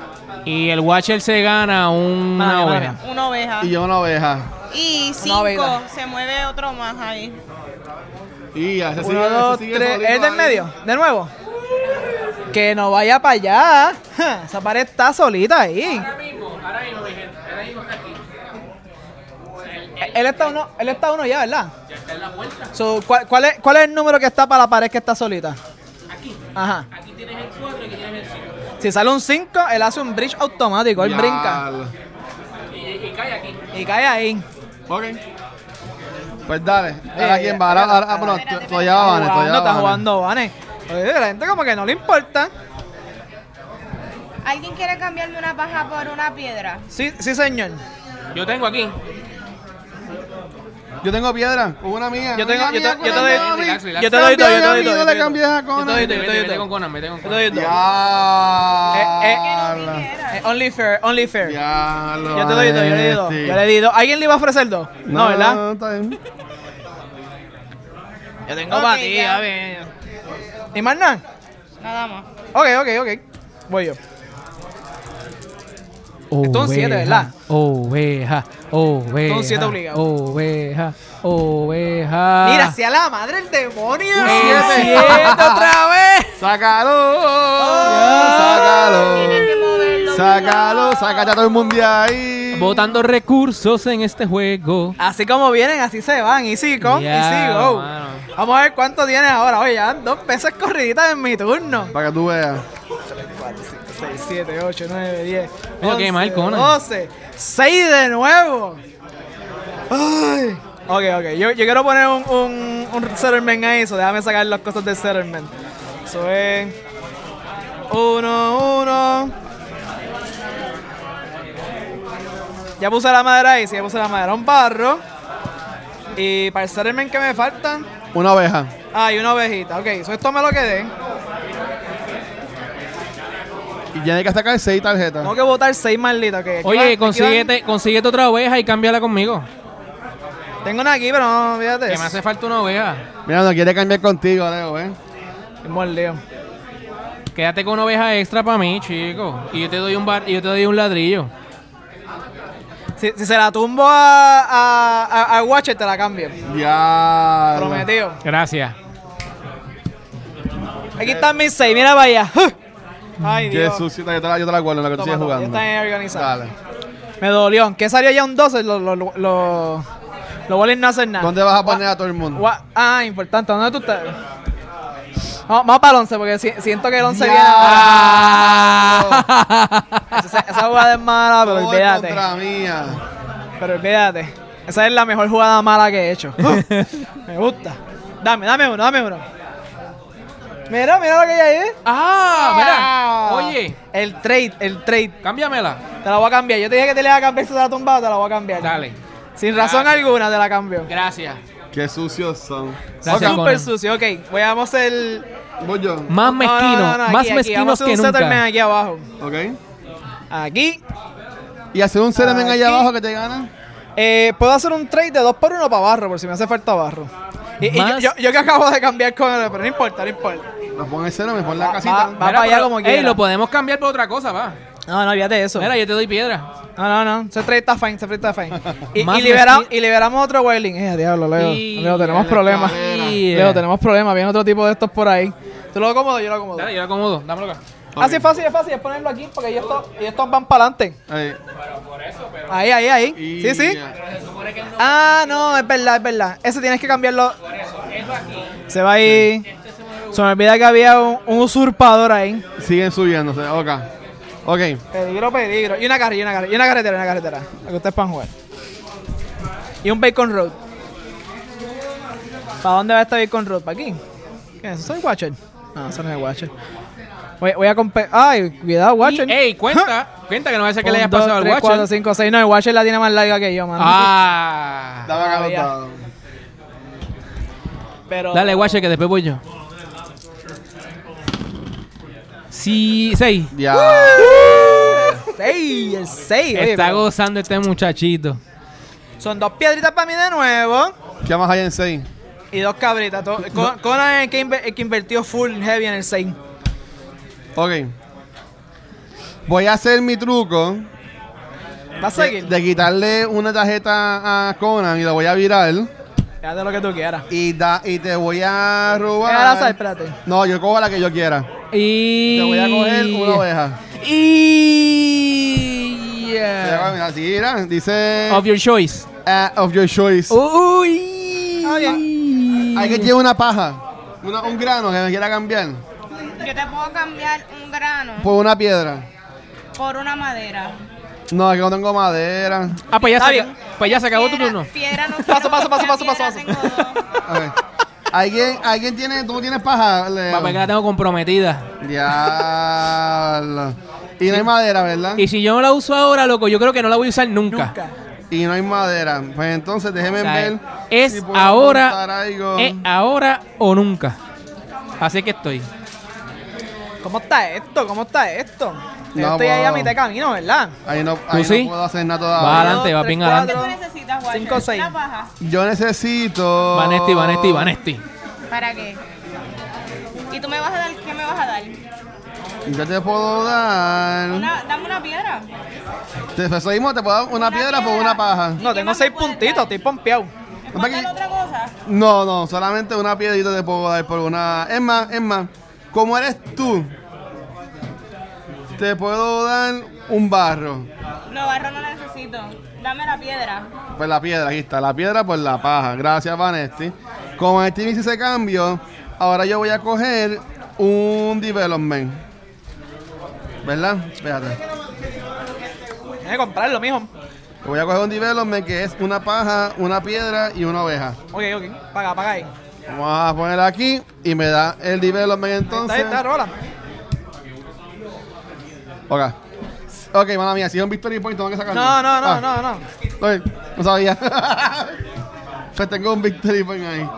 S2: Y el Watcher se gana una
S4: Madre,
S2: oveja.
S4: madre.
S1: una oveja.
S3: Y
S1: Y,
S3: yo una oveja.
S1: cinco.
S4: oveja.
S1: Se mueve otro más ahí.
S3: Y ya, ese sigue-
S4: 1,
S3: ese
S4: 2,
S3: sigue
S4: 3.
S3: solito
S4: ¿Es del
S3: ahí.
S4: medio? ¿De nuevo? Que no vaya para allá. Ja, Esa pared está solita ahí. Eh, Él está uno, él está uno ya, ¿verdad? Ya está en la vuelta. ¿cuál, cuál es, ¿Cuál es el número que está para la pared que está solita? Aquí. Ajá. Aquí tienes el 4 y aquí tienes el 5. Si sale un 5, él hace un bridge automático, él brinca
S3: Diablo.
S4: y cae ahí.
S3: Ok. Pues dale. Ahora
S4: Eh,
S3: quién va. Ahora,
S4: espera,
S3: ahora- ah,
S4: espera.
S3: bueno, t- todavía va Vane.
S4: jugando,
S3: Todavía
S4: está
S3: va Vane.
S4: jugando, Vane. Oye, la gente como que no le importa.
S1: ¿Alguien quiere cambiarme una paja por una piedra?
S4: Sí, sí señor.
S2: Yo tengo aquí.
S3: Yo tengo piedra. Hubo una mía.
S4: Yo tengo-
S3: Una
S4: yo te-
S3: mía,
S4: yo te
S3: una
S4: doy-
S3: mía, mami.
S2: relax, relax.
S4: Yo te doy todo, yo te
S3: Cambia
S4: doy
S3: a mí,
S4: todo.
S3: no
S4: yo
S3: le
S4: te doy
S3: cambias
S4: todo.
S3: a
S4: Yo te doy todo, yo te
S2: Vete,
S4: doy
S2: vete
S4: todo.
S2: con Conan, vete con
S4: Yo te doy
S2: Conan.
S4: todo.
S3: Diablo.
S1: Piedra.
S4: Eh, only fair, only fair.
S3: Diablo.
S4: Yo te doy dos, yo le di dos.
S2: este.
S3: Vanesti.
S4: Yo le di dos. ¿Alguien le iba a ofrecer dos? No,
S3: No,
S4: ¿verdad?
S3: está bien.
S4: Yo tengo
S1: Ok,
S4: para ti,
S1: ya.
S4: a ver. ¿Y más nada?
S1: oh. Nada más.
S4: Ok, ok, ok. Voy yo. Esto es un siete, ¿verdad?
S2: Oveja, oveja.
S4: Esto es un siete obligado.
S2: Oveja, oveja.
S4: Mira, sea la madre el demonio.
S2: Ah. Un
S4: Siete.
S2: siete.
S4: otra vez.
S3: ¡Sácalo!
S1: Tienes que moverlo.
S3: ¡Sácalo! ¡Sácalo! ¡Sácate a todo el mundo de ahí!
S2: Botando recursos en este juego.
S4: Así como vienen, así se van. Y sí, con,
S2: Ya,
S4: y sí, go.
S2: mano.
S4: Vamos a ver cuánto tienes ahora. Oye, ya dos veces corriditas en mi turno.
S3: Para que tú veas.
S4: 6, 7, 8, 9, 10.
S2: Mira, qué mal, Conan.
S4: 12, 6 de nuevo. Ay. Ok, ok. Yo, yo quiero poner un, un, un settlement ahí, so déjame sacar las cosas del settlement. Eso es. 1, 1. Ya puse la madera ahí, sí, ya puse la madera. Un barro. Y para el settlement que me faltan.
S3: Una oveja.
S4: Ah, y una ovejita. Ok, so esto me lo quedé.
S3: Y ya hay que sacar seis tarjetas.
S4: Tengo que votar 6 malditas. ok. Aquí van-
S2: Oye,
S4: aquí van-
S2: consíguete, consíguete otra oveja y cámbiala conmigo.
S4: Tengo una aquí, pero no, fíjate.
S2: Que me hace falta una oveja.
S3: Mira, no quiere cambiar contigo, Leo, ¿eh?
S4: Es mordido.
S2: Quédate con una oveja extra para mí, chico. Y yo te doy un bar, y yo te doy un ladrillo.
S4: Si, si se la tumbo a, a, a- a Watcher, te la cambio.
S3: Ya.
S4: Prometido.
S2: Gracias.
S4: Aquí están mis seis, mira para allá. Ay,
S3: Qué
S4: Dios.
S3: sucia, yo te la, yo te la guardo en la que tú
S4: Toma,
S3: sigues
S4: toma, ya
S3: jugando.
S4: están organizados.
S3: Dale.
S4: Me dolió. ¿Qué salió ya un 12? Los lo, lo, lo, los Wolverines no hacen nada.
S3: ¿Dónde vas a poner a todo el mundo?
S4: Gua- Ah, importante. ¿Dónde tú estás? Vamos, vamos para el 11, porque si- siento que el 11
S3: Ya.
S4: viene.
S3: Ah.
S4: Esa, esa jugada es mala, pero
S3: Gol
S4: olvídate.
S3: Contra mía.
S4: Pero olvídate. Esa es la mejor jugada mala que he hecho. Me gusta. Dame, dame uno, dame uno. Mira, mira lo que hay ahí.
S2: Ah, mira. Oye,
S4: El trade, el trade.
S2: cámbiamela.
S4: Te la voy a cambiar. Yo te dije que te la iba a cambiar, se la tumbado, te la voy a cambiar.
S2: Dale.
S4: Sin razón
S2: Gracias.
S4: alguna te la cambio.
S2: Gracias.
S3: Qué sucios son.
S2: Gracias,
S4: Súper
S2: Conan.
S4: sucio, ok. Voy a hacer el.
S3: Voy yo.
S2: Más
S4: No,
S2: mezquino,
S4: no, no, no,
S2: más
S4: aquí, aquí. Vamos a
S2: mezquinos
S4: hacer
S2: que
S4: un settlement
S2: nunca.
S4: aquí abajo.
S3: Ok.
S4: Aquí.
S3: Y hacer un settlement allá
S4: Aquí.
S3: abajo que te gana.
S4: Eh, puedo hacer un trade de 2 por 1 para barro, por si me hace falta barro. Y, y yo,
S2: Más-
S4: yo- yo que acabo de cambiar con el. Pero no importa, no importa.
S3: Nos pon el settlement, pon la
S4: Va-
S3: casita.
S4: va- para allá
S2: pero-
S4: como
S2: ey,
S4: quiera.
S2: lo podemos cambiar por otra cosa, va.
S4: No, no, olvídate de eso.
S2: Mira, yo te doy piedra.
S4: No, no, no. Ese trade está fine, ese trade está fine. Y,
S2: Más
S4: y libera-
S2: mezqui-
S4: y liberamos otro Wailing. Eh, diablo, Leo.
S2: Y-
S4: Leo, tenemos
S3: la
S4: problemas.
S3: cadera.
S2: Yeah.
S4: Leo, tenemos problemas. Viene otro tipo de estos por ahí. ¿Tú lo acomodo? Yo lo acomodo.
S2: Dale, yo la acomodo. Dámelo acá.
S4: Así es fácil, es fácil. Es ponerlo aquí porque ellos, to- ellos estos van para adelante.
S3: Ahí.
S4: Ahí, ahí, ahí.
S3: Y-
S4: Sí, sí. Ah, no, es verdad, es verdad. Ese tienes que cambiarlo. Se va ahí. Se me olvida que había un, un usurpador ahí.
S3: Siguen subiéndose. Ok. Ok.
S4: Peligro, peligro. Y una carrera, una carrera, y una carretera, una carretera. Para que ustedes puedan jugar. Y un Bacon Road. ¿Para dónde va este Bacon Road? ¿Para aquí? ¿Qué es eso? ¿Soy Watcher? No, eso no es Watcher. Voy, voy a comprar. ¡Ay! Cuidado, Watcher.
S2: Y, ey, cuenta. Cuenta que no va a ser que le hayas pasado al
S4: 3, 4,
S2: Watcher.
S4: 5, 6. No, el Watcher la tiene más larga que yo, mano.
S2: Ah.
S3: Dame acá
S4: Ah, ya.
S3: anotado.
S4: Pero.
S2: Dale, Watcher, que después voy yo. Sí, seis.
S3: Ya.
S4: 6, el 6.
S2: Está gozando este muchachito.
S4: Son dos piedritas para mí de nuevo.
S3: ¿Qué más hay en 6?
S4: Y dos cabritas. To- Con- Conan es el que, inver- el que invirtió full heavy en el 6.
S3: Ok. Voy a hacer mi truco
S4: ¿Vas a
S3: de,
S4: seguir?
S3: Pues, de quitarle una tarjeta a Conan y la voy a virar.
S4: Haz lo que tú quieras.
S3: Y, da, y te voy a robar.
S4: Déjala asar, espérate.
S3: No, yo cojo la que yo quiera.
S2: Y.
S3: Te voy a coger una oveja.
S2: Y.
S3: Te voy a
S2: yeah.
S3: coger, mira, sí, mira, dice.
S2: Of your choice.
S3: ah, of your choice.
S2: Uy.
S3: Ah, Hay que llevar una paja. Una- un grano que me quiera cambiar.
S1: Yo te puedo cambiar un grano
S3: Por una piedra.
S1: por una madera.
S3: No, es que no tengo madera.
S2: Ah, pues ya,
S4: Está
S2: se,
S4: bien.
S2: pues ya se acabó tu
S1: Piedra-
S2: turno.
S1: Piedra no
S4: Paso,
S1: quiero
S4: paso, paso,
S1: porque
S4: paso, paso,
S1: piedra
S4: paso.
S1: tengo dos.
S3: Ok. ¿Alguien, ¿Alguien tiene. ¿Tú tienes paja? Leo?
S2: Papá, que la tengo comprometida.
S3: Diablo. Y no hay madera, ¿verdad?
S2: Y si yo no la uso ahora, loco, yo creo que no la voy a usar nunca.
S4: Nunca.
S3: Y no hay madera. Pues entonces déjeme
S2: O sea,
S3: ver.
S2: es
S3: si puedo montar
S2: ahora. eh,
S3: algo.
S2: Es ahora o nunca. Así que estoy.
S4: ¿Cómo está esto? ¿Cómo está esto? Yo
S3: No,
S4: estoy ahí a
S3: wow.
S4: mitad de camino, ¿verdad?
S3: Ahí no, ahí no
S2: sí?
S3: puedo hacer nada todavía.
S2: Va adelante, va
S4: tres,
S2: bien
S4: cuatro.
S1: ¿Qué tú
S2: adelante.
S1: necesitas, Watcher?
S4: Cinco, seis.
S1: Una paja.
S3: Yo necesito.
S2: Vanesti, Vanesti, Vanesti.
S1: ¿Para qué? ¿Y tú me vas a dar? ¿Qué me vas a dar?
S3: Yo te puedo dar.
S1: Una, dame una piedra.
S3: Te seguimos, te puedo dar una,
S1: Una
S3: piedra, por
S1: piedra.
S3: una paja.
S4: No,
S1: qué
S4: tengo
S1: más
S4: seis
S1: me puedes
S4: puntitos,
S1: dar?
S4: estoy pompeado.
S1: ¿Me puedes dar otra cosa?
S3: No, no, solamente una piedrita te puedo dar por una. Es más, es más, como eres tú, te puedo dar un barro.
S1: No, barro no necesito. Dame la piedra.
S3: Pues la piedra, aquí está, la piedra por la paja. Gracias, Vanesti. Como Vanesti me hizo ese cambio, ahora yo voy a coger un development. ¿Verdad? Espérate.
S4: Tienes que comprarlo, mijo.
S3: Voy a coger un development que es una paja, una piedra y una oveja.
S4: Ok, ok. Paga, paga ahí.
S3: Vamos a poner aquí y me da el development
S4: Está
S3: entonces.
S4: ahí, está, rola.
S3: Ok. Ok, mala mía, si es un victory point, tengo que sacarlo.
S4: No, no, no,
S3: Ah,
S4: no, no.
S3: ok, no sabía. pues tengo un victory point ahí.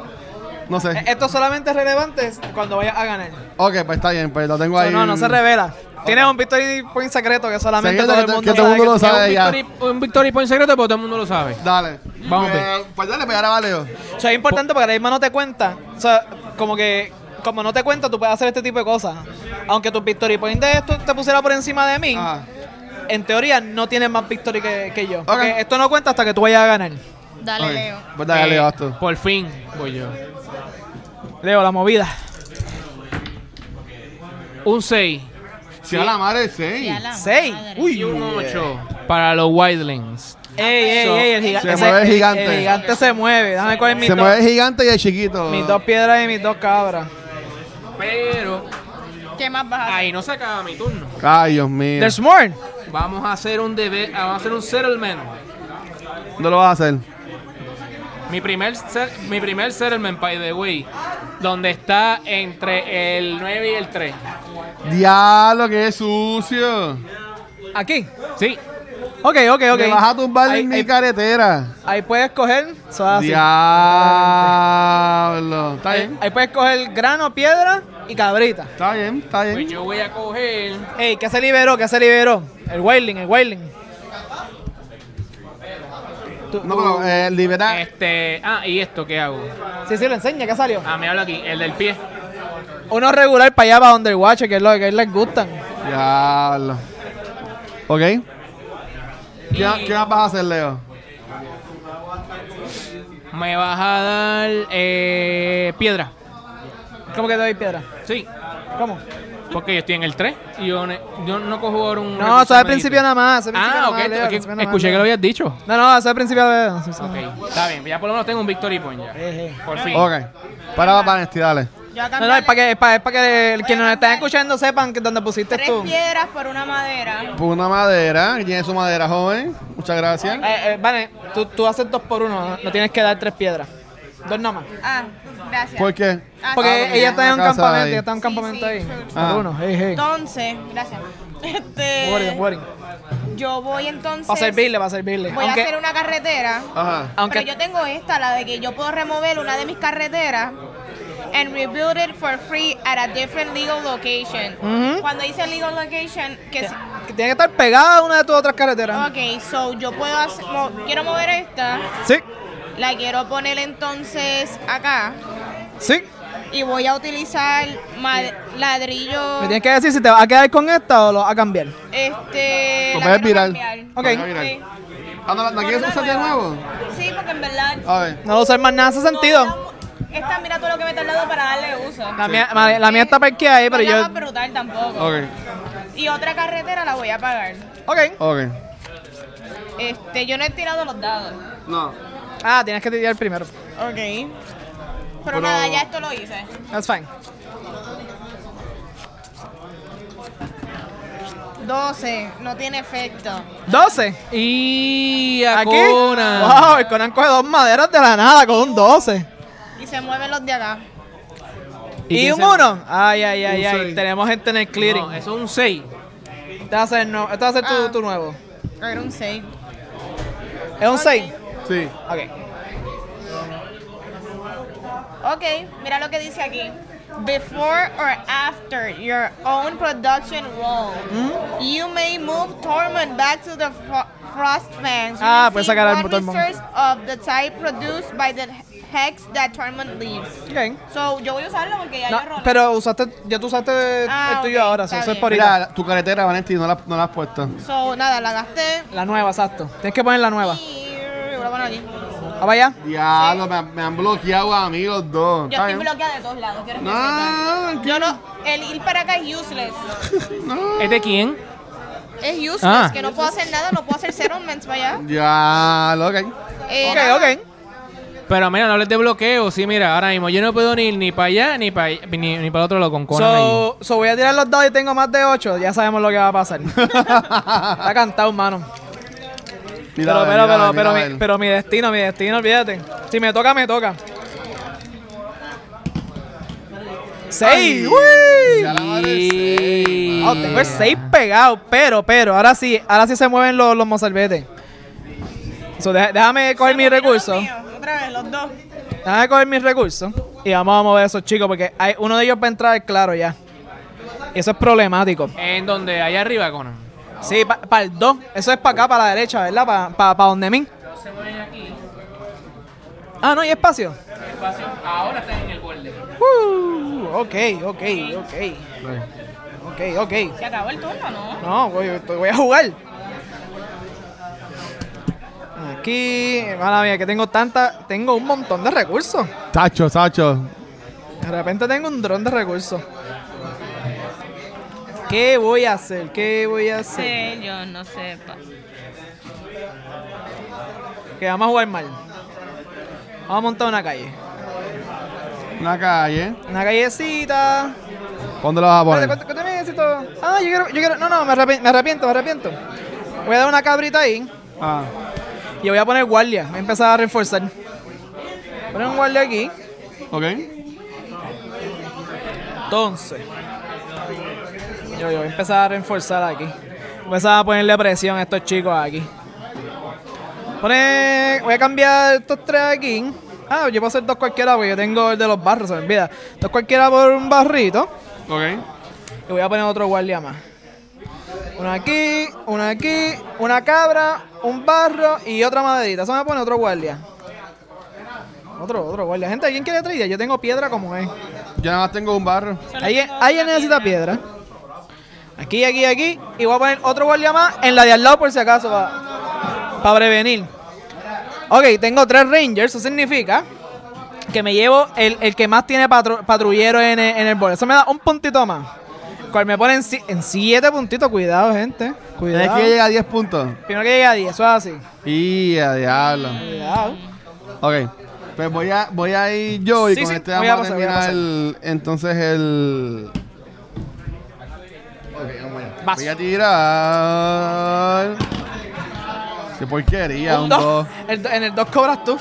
S3: No
S4: Eh,
S3: sé.
S4: Esto solamente es relevante cuando vayas a ganar.
S3: Ok, pues está bien, pues lo tengo
S4: So,
S3: ahí.
S4: no, no se revela. Tienes un victory point secreto que solamente
S3: Secreto
S4: todo
S3: que
S4: el mundo
S3: te- que todo el mundo lo
S4: que tú-
S3: sabe.
S2: Un
S3: ya.
S2: victory, un victory point secreto, pero todo el mundo lo sabe.
S3: Dale.
S2: Vamos,
S3: Eh, pues dale, pues ahora vale yo.
S4: Eso es importante porque la misma no te cuenta. O sea, como que como no te cuenta, tú puedes hacer este tipo de cosas. Aunque tus victory points de esto te pusiera por encima de mí,
S3: Ah,
S4: en teoría no tienes más victory que, que yo.
S3: Ok.
S4: Porque esto no cuenta hasta que tú vayas a ganar.
S1: Dale,
S3: ok.
S1: Leo.
S3: Pues dale,
S2: Eh,
S3: Leo, haz tú.
S2: por fin voy yo.
S4: Leo, la movida.
S2: Un 6
S3: Si a la madre, sí.
S1: Ya la
S4: Seis.
S1: Ah, madre.
S2: y un 8 para los Wildlands.
S4: Ey, ey,
S2: So-
S4: ey, el gigante.
S3: Se mueve el gigante.
S4: El, gigante se mueve. Déjame cuál es mi
S3: Se
S4: dos-
S3: mueve el gigante y el chiquito.
S4: mis dos piedras y mis dos cabras.
S2: Pero
S1: ¿Qué más vas a hacer?
S2: Ahí no se acaba mi turno.
S3: Ay, Dios mío.
S4: There's more.
S2: Vamos a hacer un debe, ah, vamos a hacer un settlement.
S3: No lo vas a hacer.
S2: Mi primer, se- mi primer settlement, by the way, donde está entre el 9 y el 3.
S3: Diablo, que sucio.
S4: Aquí.
S2: Sí,
S4: Ok, ok, ok.
S3: Me vas a tumbar
S4: Ahí-
S3: en mi
S4: ahí-
S3: carretera.
S4: Ahí puedes coger. eso
S3: Ah,
S4: es así.
S3: Diablo. Está
S4: Ahí,
S3: bien.
S4: ahí puedes coger grano, piedra y cabrita.
S3: Está bien, está
S2: pues
S3: bien.
S2: yo voy a coger.
S4: Ey, ¿qué se liberó? ¿Qué se liberó? El whaling, el whaling. Tú-
S3: No,
S4: tú-
S3: pero eh, libera.
S2: Este, ah, ¿y esto qué hago?
S4: Sí, sí, lo enseña, ¿qué salió?
S2: Ah, me habla aquí, el del pie.
S4: Uno regular para allá, para Underwatch, que es lo que a él les gustan.
S3: Diablo. ¿Ok? ¿Qué,
S2: Y-
S3: ¿Qué más vas a hacer, Leo?
S2: Me vas a dar eh, piedra.
S4: ¿Cómo que te doy piedra?
S2: Sí,
S4: ¿Cómo?
S2: porque yo estoy en el 3 y yo, ne- yo no cojo ahora un.
S4: No, eso
S2: recurso
S4: es al
S2: médico.
S4: principio nada más. eso es al principio
S2: Ah,
S4: nada
S2: ok,
S4: más, Leo,
S2: es
S4: al
S2: que
S4: principio nada más,
S2: escuché que
S4: Leo.
S2: lo habías dicho.
S4: No, no, eso es al principio. Leo, sí, sí.
S2: Ok, está bien, ya por lo menos tengo un victory point ya.
S4: Eh, eh.
S2: Por fin.
S3: Ok. Para, para, este, dale.
S1: Yo
S4: No, no,
S1: cambiarle
S4: es para que, es para, es para que el- quienes nos están escuchando sepan que donde pusiste
S1: tres
S4: tú.
S1: piedras por una madera.
S3: Por una madera. ¿Quién es su madera, joven? Muchas gracias.
S4: Eh, eh, vale, tú, tú haces dos por uno, no, no tienes que dar tres piedras. Dos nada más.
S1: Ah, gracias.
S3: ¿Por qué?
S1: Ah, sí,
S4: Porque ella está en un
S3: Una casa
S4: campamento,
S3: ahí.
S4: ella está en un
S1: Sí, sí,
S4: campamento ahí.
S1: true, true.
S3: Ah.
S4: Por uno, hey, hey.
S1: Entonces, gracias. Este,
S4: Warren, Warren.
S1: Yo voy entonces.
S4: Para servirle, para servirle.
S1: Voy
S4: Aunque,
S1: a hacer una carretera.
S3: Ajá.
S4: aunque
S1: Pero yo tengo esta, la de que yo puedo remover una de mis carreteras and rebuild it for free at a different legal location.
S4: Ujú.
S1: Cuando dice legal location, que si-
S4: que tiene que estar pegada a una de tus otras carreteras.
S1: Ok, so yo puedo hacer, mo- quiero mover esta,
S4: Sí,
S1: la quiero poner entonces acá
S4: sí.
S1: y voy a utilizar ma- ladrillo,
S4: Me tienes que decir si te vas a quedar con esta o lo vas a cambiar.
S1: este,
S3: Lo
S1: la
S3: puedes
S1: quiero
S3: virar.
S1: cambiar.
S4: Ok.
S3: Voy a virar.
S1: Sí.
S3: Ah, no, ¿La la
S1: Por
S3: quieres
S1: una
S3: usar de
S1: nueva.
S3: nuevo?
S1: Sí, porque en verdad.
S3: A ver.
S4: No lo usas más nada en ese
S1: no,
S4: sentido.
S1: la- Esta mira todo lo que me he tardado para darle uso.
S4: La mía, vale, la mía está parqueada ahí, pero
S1: no la
S4: yo.
S1: Pues va a brutal tampoco.
S3: Ok,
S1: Y otra carretera la voy a pagar.
S4: Ok.
S3: ok.
S1: Este, yo no he tirado los dados.
S3: No.
S4: Ah, tienes que tirar primero.
S1: Ok. Pero, nada, ya esto lo hice.
S4: That's fine.
S1: 12, no tiene efecto.
S4: 12.
S2: Y a
S4: Aquí.
S2: Conan.
S4: Wow, el Conan coge dos maderas de la nada con un 12.
S1: Y se mueven los de acá.
S4: Y,
S2: quién
S4: un
S2: se-
S4: 1. Ay, ay, ay,
S3: Un
S4: ay.
S3: seis.
S4: Tenemos gente en el clearing.
S2: No, eso es un 6.
S4: Este va a ser, no, este va a ser tu,
S1: Ah.
S4: tu nuevo.
S1: Era un 6.
S4: ¿Es un 6?
S3: Sí.
S4: Ok.
S1: Ok, mira lo que dice aquí. Before or after your own production roll,
S4: ¿Mm?
S1: you may move Torment back to the fro- Frostfangs.
S4: Ah,
S1: using
S4: puedes sacar al
S1: one
S4: Tormund.
S1: resource of the type produced by the hex that Torment leaves.
S4: okay.
S1: So, yo voy a usarlo porque ya
S4: No,
S1: yo rolé.
S4: pero usaste, ya tú usaste
S1: Ah,
S4: el tuyo
S1: ok,
S4: ahora,
S1: está
S4: so eso es
S1: bien.
S4: por ahorita.
S3: Mira, tu carretera, Valenti, no la, no la has puesto.
S1: So, nada, la gasté.
S4: La nueva, exacto. Tienes que poner la nueva.
S1: Y voy a poner aquí.
S4: Ah, vaya.
S3: Diablo, me, han- me han bloqueado a mí los dos.
S1: Yo
S3: Está
S1: estoy
S3: bien. Ah,
S1: bloqueada de todos lados. quiero que sepan.
S3: No,
S1: Yo no, el ir para acá es useless.
S2: ¿Es de quién?
S1: Es useless,
S2: Ah.
S1: que no puedo hacer nada, no puedo hacer settlements para allá.
S3: Diablo, ok.
S1: Eh,
S4: Ok,
S1: nada.
S4: ok.
S2: Pero mira, no hables de bloqueo. Sí, mira, ahora mismo yo no puedo ni ir ni para allá ni para ni, ni para otro lado con Conan. ahí.
S4: So, so voy a tirar los dados y tengo más de 8. Ya sabemos lo que va a pasar. Está cantado, mano.
S3: Mira,
S4: pero,
S3: a ver,
S4: pero, pero,
S3: mira, mira,
S4: pero,
S3: a
S4: mi,
S3: ver.
S4: pero mi destino, mi destino, olvídate. Si me toca, me toca. ¡Seis!
S3: Ya
S4: ¡Uy!
S3: la madre sí.
S4: Wow, Oh, tengo el seis pegado, pero, pero, ahora sí, ahora sí se mueven los, los mozalbetes. So, deja- déjame coger mis
S1: Mira los
S4: recursos.
S1: míos, Otra vez, los dos.
S4: Déjame coger mis recursos. Y vamos a mover a esos chicos, porque hay, uno de ellos va a entrar claro ya. Y eso es problemático.
S2: En donde allá arriba Conan.
S4: Sí, para el 2. Eso es para acá, para la derecha, ¿verdad? Para donde mí. Ah, no, hay espacio.
S2: Ahora está en el borde.
S4: Uh, ok, ok, ok. Ok, ok.
S1: Se acabó el turno, ¿no?
S4: No, voy, estoy- voy a jugar. Aquí, mala mía, que tengo tanta. Tengo un montón de recursos.
S3: Tacho, Tacho.
S4: De repente tengo un dron de recursos. ¿Qué voy a hacer? ¿Qué voy a hacer?
S1: Sí, yo no sé. pa.
S4: Que vamos a jugar mal. Vamos a montar una calle.
S3: Una calle.
S4: Una callecita.
S3: ¿Cuándo lo vas a poner?
S4: Espérate, cuéntame éxito. Ah, yo quiero, yo quiero. No, no, me arrepiento, me arrepiento, me arrepiento. Voy a dar una cabrita ahí
S3: Ah,
S4: y voy a poner guardia. Voy a empezar a reforzar. Poner un guardia aquí.
S3: ok.
S4: Entonces. Yo, yo voy a empezar a reforzar aquí. Voy a empezar a ponerle presión a estos chicos aquí. Pone- voy a cambiar estos tres aquí. Ah, yo puedo hacer dos cualquiera porque yo tengo el de los barros, se me olvida. Dos cualquiera por un barrito.
S3: Ok.
S4: Y voy a poner otro guardia más. Una aquí, una aquí, una cabra, un barro y otra maderita. Eso me pone otro guardia. Otro, otro guardia. Gente, ¿alguien quiere trilla? Yo tengo piedra como es.
S3: Yo nada más tengo un barro.
S4: Alguien, alguien necesita piedra. Aquí, aquí, aquí. Y voy a poner otro guardia más en la de al lado por si acaso para prevenir. Ok, tengo tres rangers. Eso significa que me llevo el, el que más tiene patru- patrullero en el, en el bol. Eso me da un puntito más. Cual me ponen en, si- en siete puntitos. Cuidado, gente.
S3: Tienes
S4: Cuidado.
S3: que llegar a 10 puntos.
S4: Primero que llegue a 10, eso es así.
S3: Y a diablo.
S4: Cuidado.
S3: Ok. Pues voy a, voy a ir yo y
S4: Sí,
S3: con
S4: sí,
S3: este
S4: voy
S3: vamos
S4: a pasar,
S3: a,
S4: voy a
S3: terminar
S4: pasar.
S3: el- entonces el. Ok, vamos allá.
S4: Vas.
S3: Voy a tirar. Qué porquería, un
S4: Un dos.
S3: 2.
S4: El do- en el 2 cobras tú.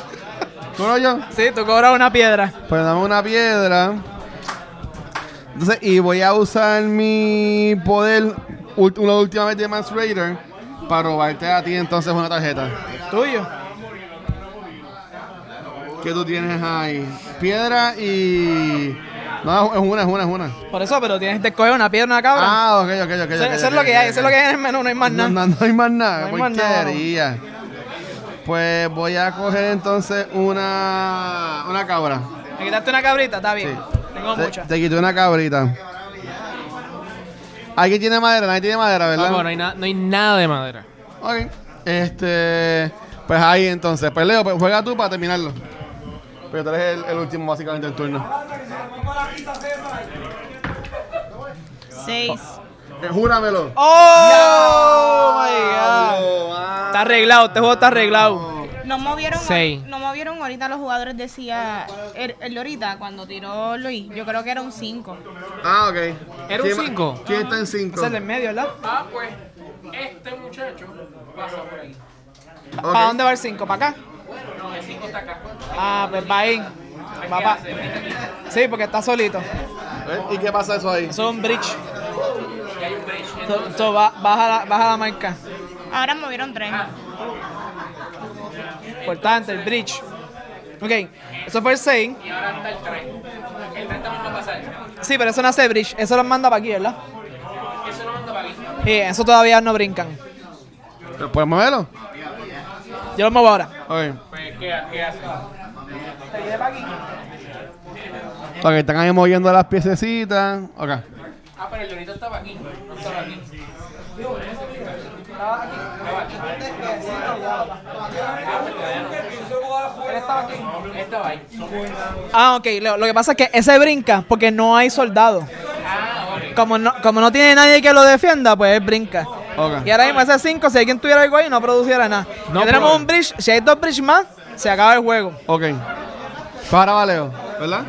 S3: ¿Cómo yo?
S4: Sí, tú cobras una piedra.
S3: Pues dame una piedra. Entonces, y voy a usar mi poder, ult- una última vez de Max Raider, para robarte a ti entonces una tarjeta.
S4: Tuyo.
S3: ¿Qué tú tienes ahí? Piedra y... No, es una, es una, es una.
S4: Por eso, pero tienes que escoger una piedra, una cabra.
S3: Ah, ok, ok, ok. ok,
S4: Eso,
S3: ok,
S4: eso es
S3: ok,
S4: lo que
S3: ok,
S4: hay, eso es lo
S3: ok.
S4: que hay en el menú, no hay más
S3: No,
S4: nada.
S3: no, no hay más nada,
S4: No hay más nada.
S3: porquería. Pues voy a coger entonces una, una cabra.
S4: Me quitaste una cabrita, está bien.
S3: Sí.
S4: Tengo
S3: Te,
S4: muchas.
S3: te quité una cabrita. Alguien tiene madera, nadie tiene madera, ¿verdad?
S2: Paco, no Ah, hay, na- no hay nada de madera.
S3: Ok. Este. Pues ahí entonces. Pues Leo, pues juega tú para terminarlo. Pero tú eres el, el último básicamente del turno.
S1: Seis.
S3: Eh, júramelo.
S4: ¡Oh! my God.
S3: Oh, ah.
S4: Está arreglado, este juego está arreglado.
S1: No movieron, ahor-
S2: Seis.
S1: no movieron ahorita los jugadores, decía el, el de ahorita cuando tiró Luis. Yo creo que era un 5.
S3: Ah, ok.
S2: ¿Era un
S3: ¿Quién va-
S2: cinco?
S3: ¿Quién está en 5?
S4: Ese es el del medio, ¿verdad?
S2: Ah, pues, este muchacho pasa por ahí.
S4: ¿Para dónde va el 5? ¿Para acá? Ah, pues va ahí. Va pa- Sí, porque está solito.
S3: ¿Eh? ¿Y qué pasa eso ahí?
S4: Eso es un bridge. So- so ba- baja, la, baja la marca.
S1: Ahora movieron tres.
S4: Importante, el bridge. Ok, eso fue el 6. Y ahora está el 3. El 3 también va a pasar. Sí, pero eso no hace bridge. Eso los manda para aquí, ¿verdad? Eso lo manda para aquí. Sí, eso todavía no brincan.
S3: ¿Puedes moverlo?
S4: Yo los muevo ahora.
S3: Ok. Ok, están ahí moviendo las piececitas. Ok.
S4: Ah, ok. Lo, lo que pasa es que ese brinca porque no hay soldado. Como no, como no tiene nadie que lo defienda, pues él brinca.
S3: Ok.
S4: Y ahora mismo ese 5, si alguien tuviera algo ahí, no produciera nada.
S2: No
S4: ya tenemos
S2: problem.
S4: un bridge. Si hay dos bridge más, se acaba el juego.
S3: Ok. Para va Leo, ¿verdad?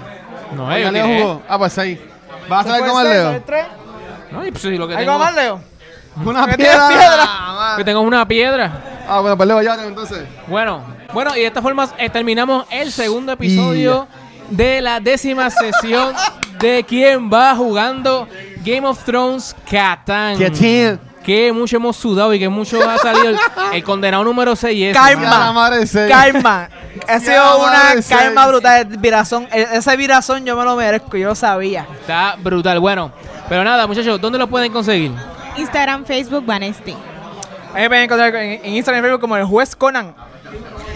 S2: No, eh,
S3: Oiga,
S2: yo
S3: Leo
S2: tiré.
S3: jugó. Ah, pues ahí. ¿Vas
S4: Eso
S3: a saber
S4: fue
S3: cómo es
S4: el seis,
S3: Leo?
S4: el tres.
S2: No, y pues, sí, lo que
S4: ¿Algo
S2: tengo,
S4: más, Leo?
S3: Una
S4: ¿Qué
S3: piedra.
S4: tienes piedra?
S2: que tengo es una piedra.
S3: Ah, bueno, pues Leo, llévatelo entonces.
S2: Bueno, bueno, y de esta forma eh, terminamos el segundo episodio de la décima sesión de quién va jugando Game of Thrones Catán.
S3: Que chin.
S2: Que mucho hemos sudado y que mucho ha salido el, el condenado número 6
S4: Karma.
S3: Ya la madre se-
S4: Karma. Ha
S3: Ya,
S4: sido una
S3: madre, sí.
S4: karma brutal. Virazón. E- Ese virazón yo me lo merezco, yo lo sabía.
S2: Está brutal. Bueno, pero nada, muchachos, ¿dónde lo pueden conseguir?
S1: Instagram, Facebook, Vanesti.
S4: Ahí me pueden encontrar en, en Instagram y Facebook como el juez Conan.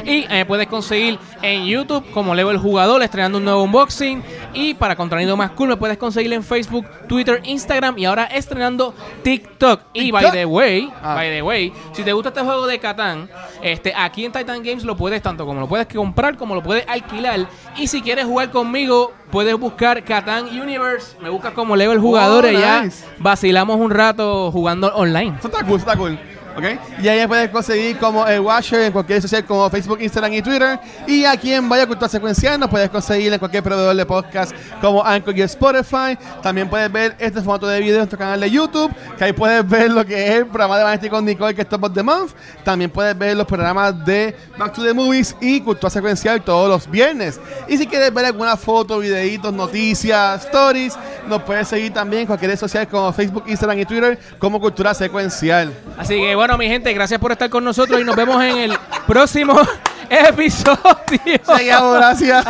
S2: Y eh, puedes conseguir en YouTube como Leo el Jugador, estrenando un nuevo unboxing. Y para contenido más cool, me puedes conseguir en Facebook, Twitter, Instagram y ahora estrenando TikTok. Y by the way,
S3: Ah.
S2: by the way, si te gusta este juego de Catán, este, aquí en Titan Games lo puedes tanto como lo puedes comprar como lo puedes alquilar. Y si quieres jugar conmigo, puedes buscar Catán Universe. Me buscas como Leo el Jugador
S3: Oh,
S2: y ya
S3: nice.
S2: vacilamos un rato jugando online.
S3: Eso está cool, eso está cool. ¿ok? Y ahí puedes conseguir como el Watcher en cualquier social como Facebook, Instagram y Twitter. Y aquí en Vaya Cultura Secuencial nos puedes conseguir en cualquier proveedor de podcast como Anchor y Spotify. También puedes ver este formato de video en nuestro canal de YouTube, que ahí puedes ver lo que es el programa de Vanity con Nicole, que es Top of the Month. También puedes ver los programas de Back to the Movies y Cultura Secuencial todos los viernes. Y si quieres ver alguna foto, videitos, noticias, stories, nos puedes seguir también en cualquier red social como Facebook, Instagram y Twitter como Cultura Secuencial.
S2: Así que bueno, mi gente, gracias por estar con nosotros y nos vemos en el próximo episodio.
S3: Seguimos, gracias.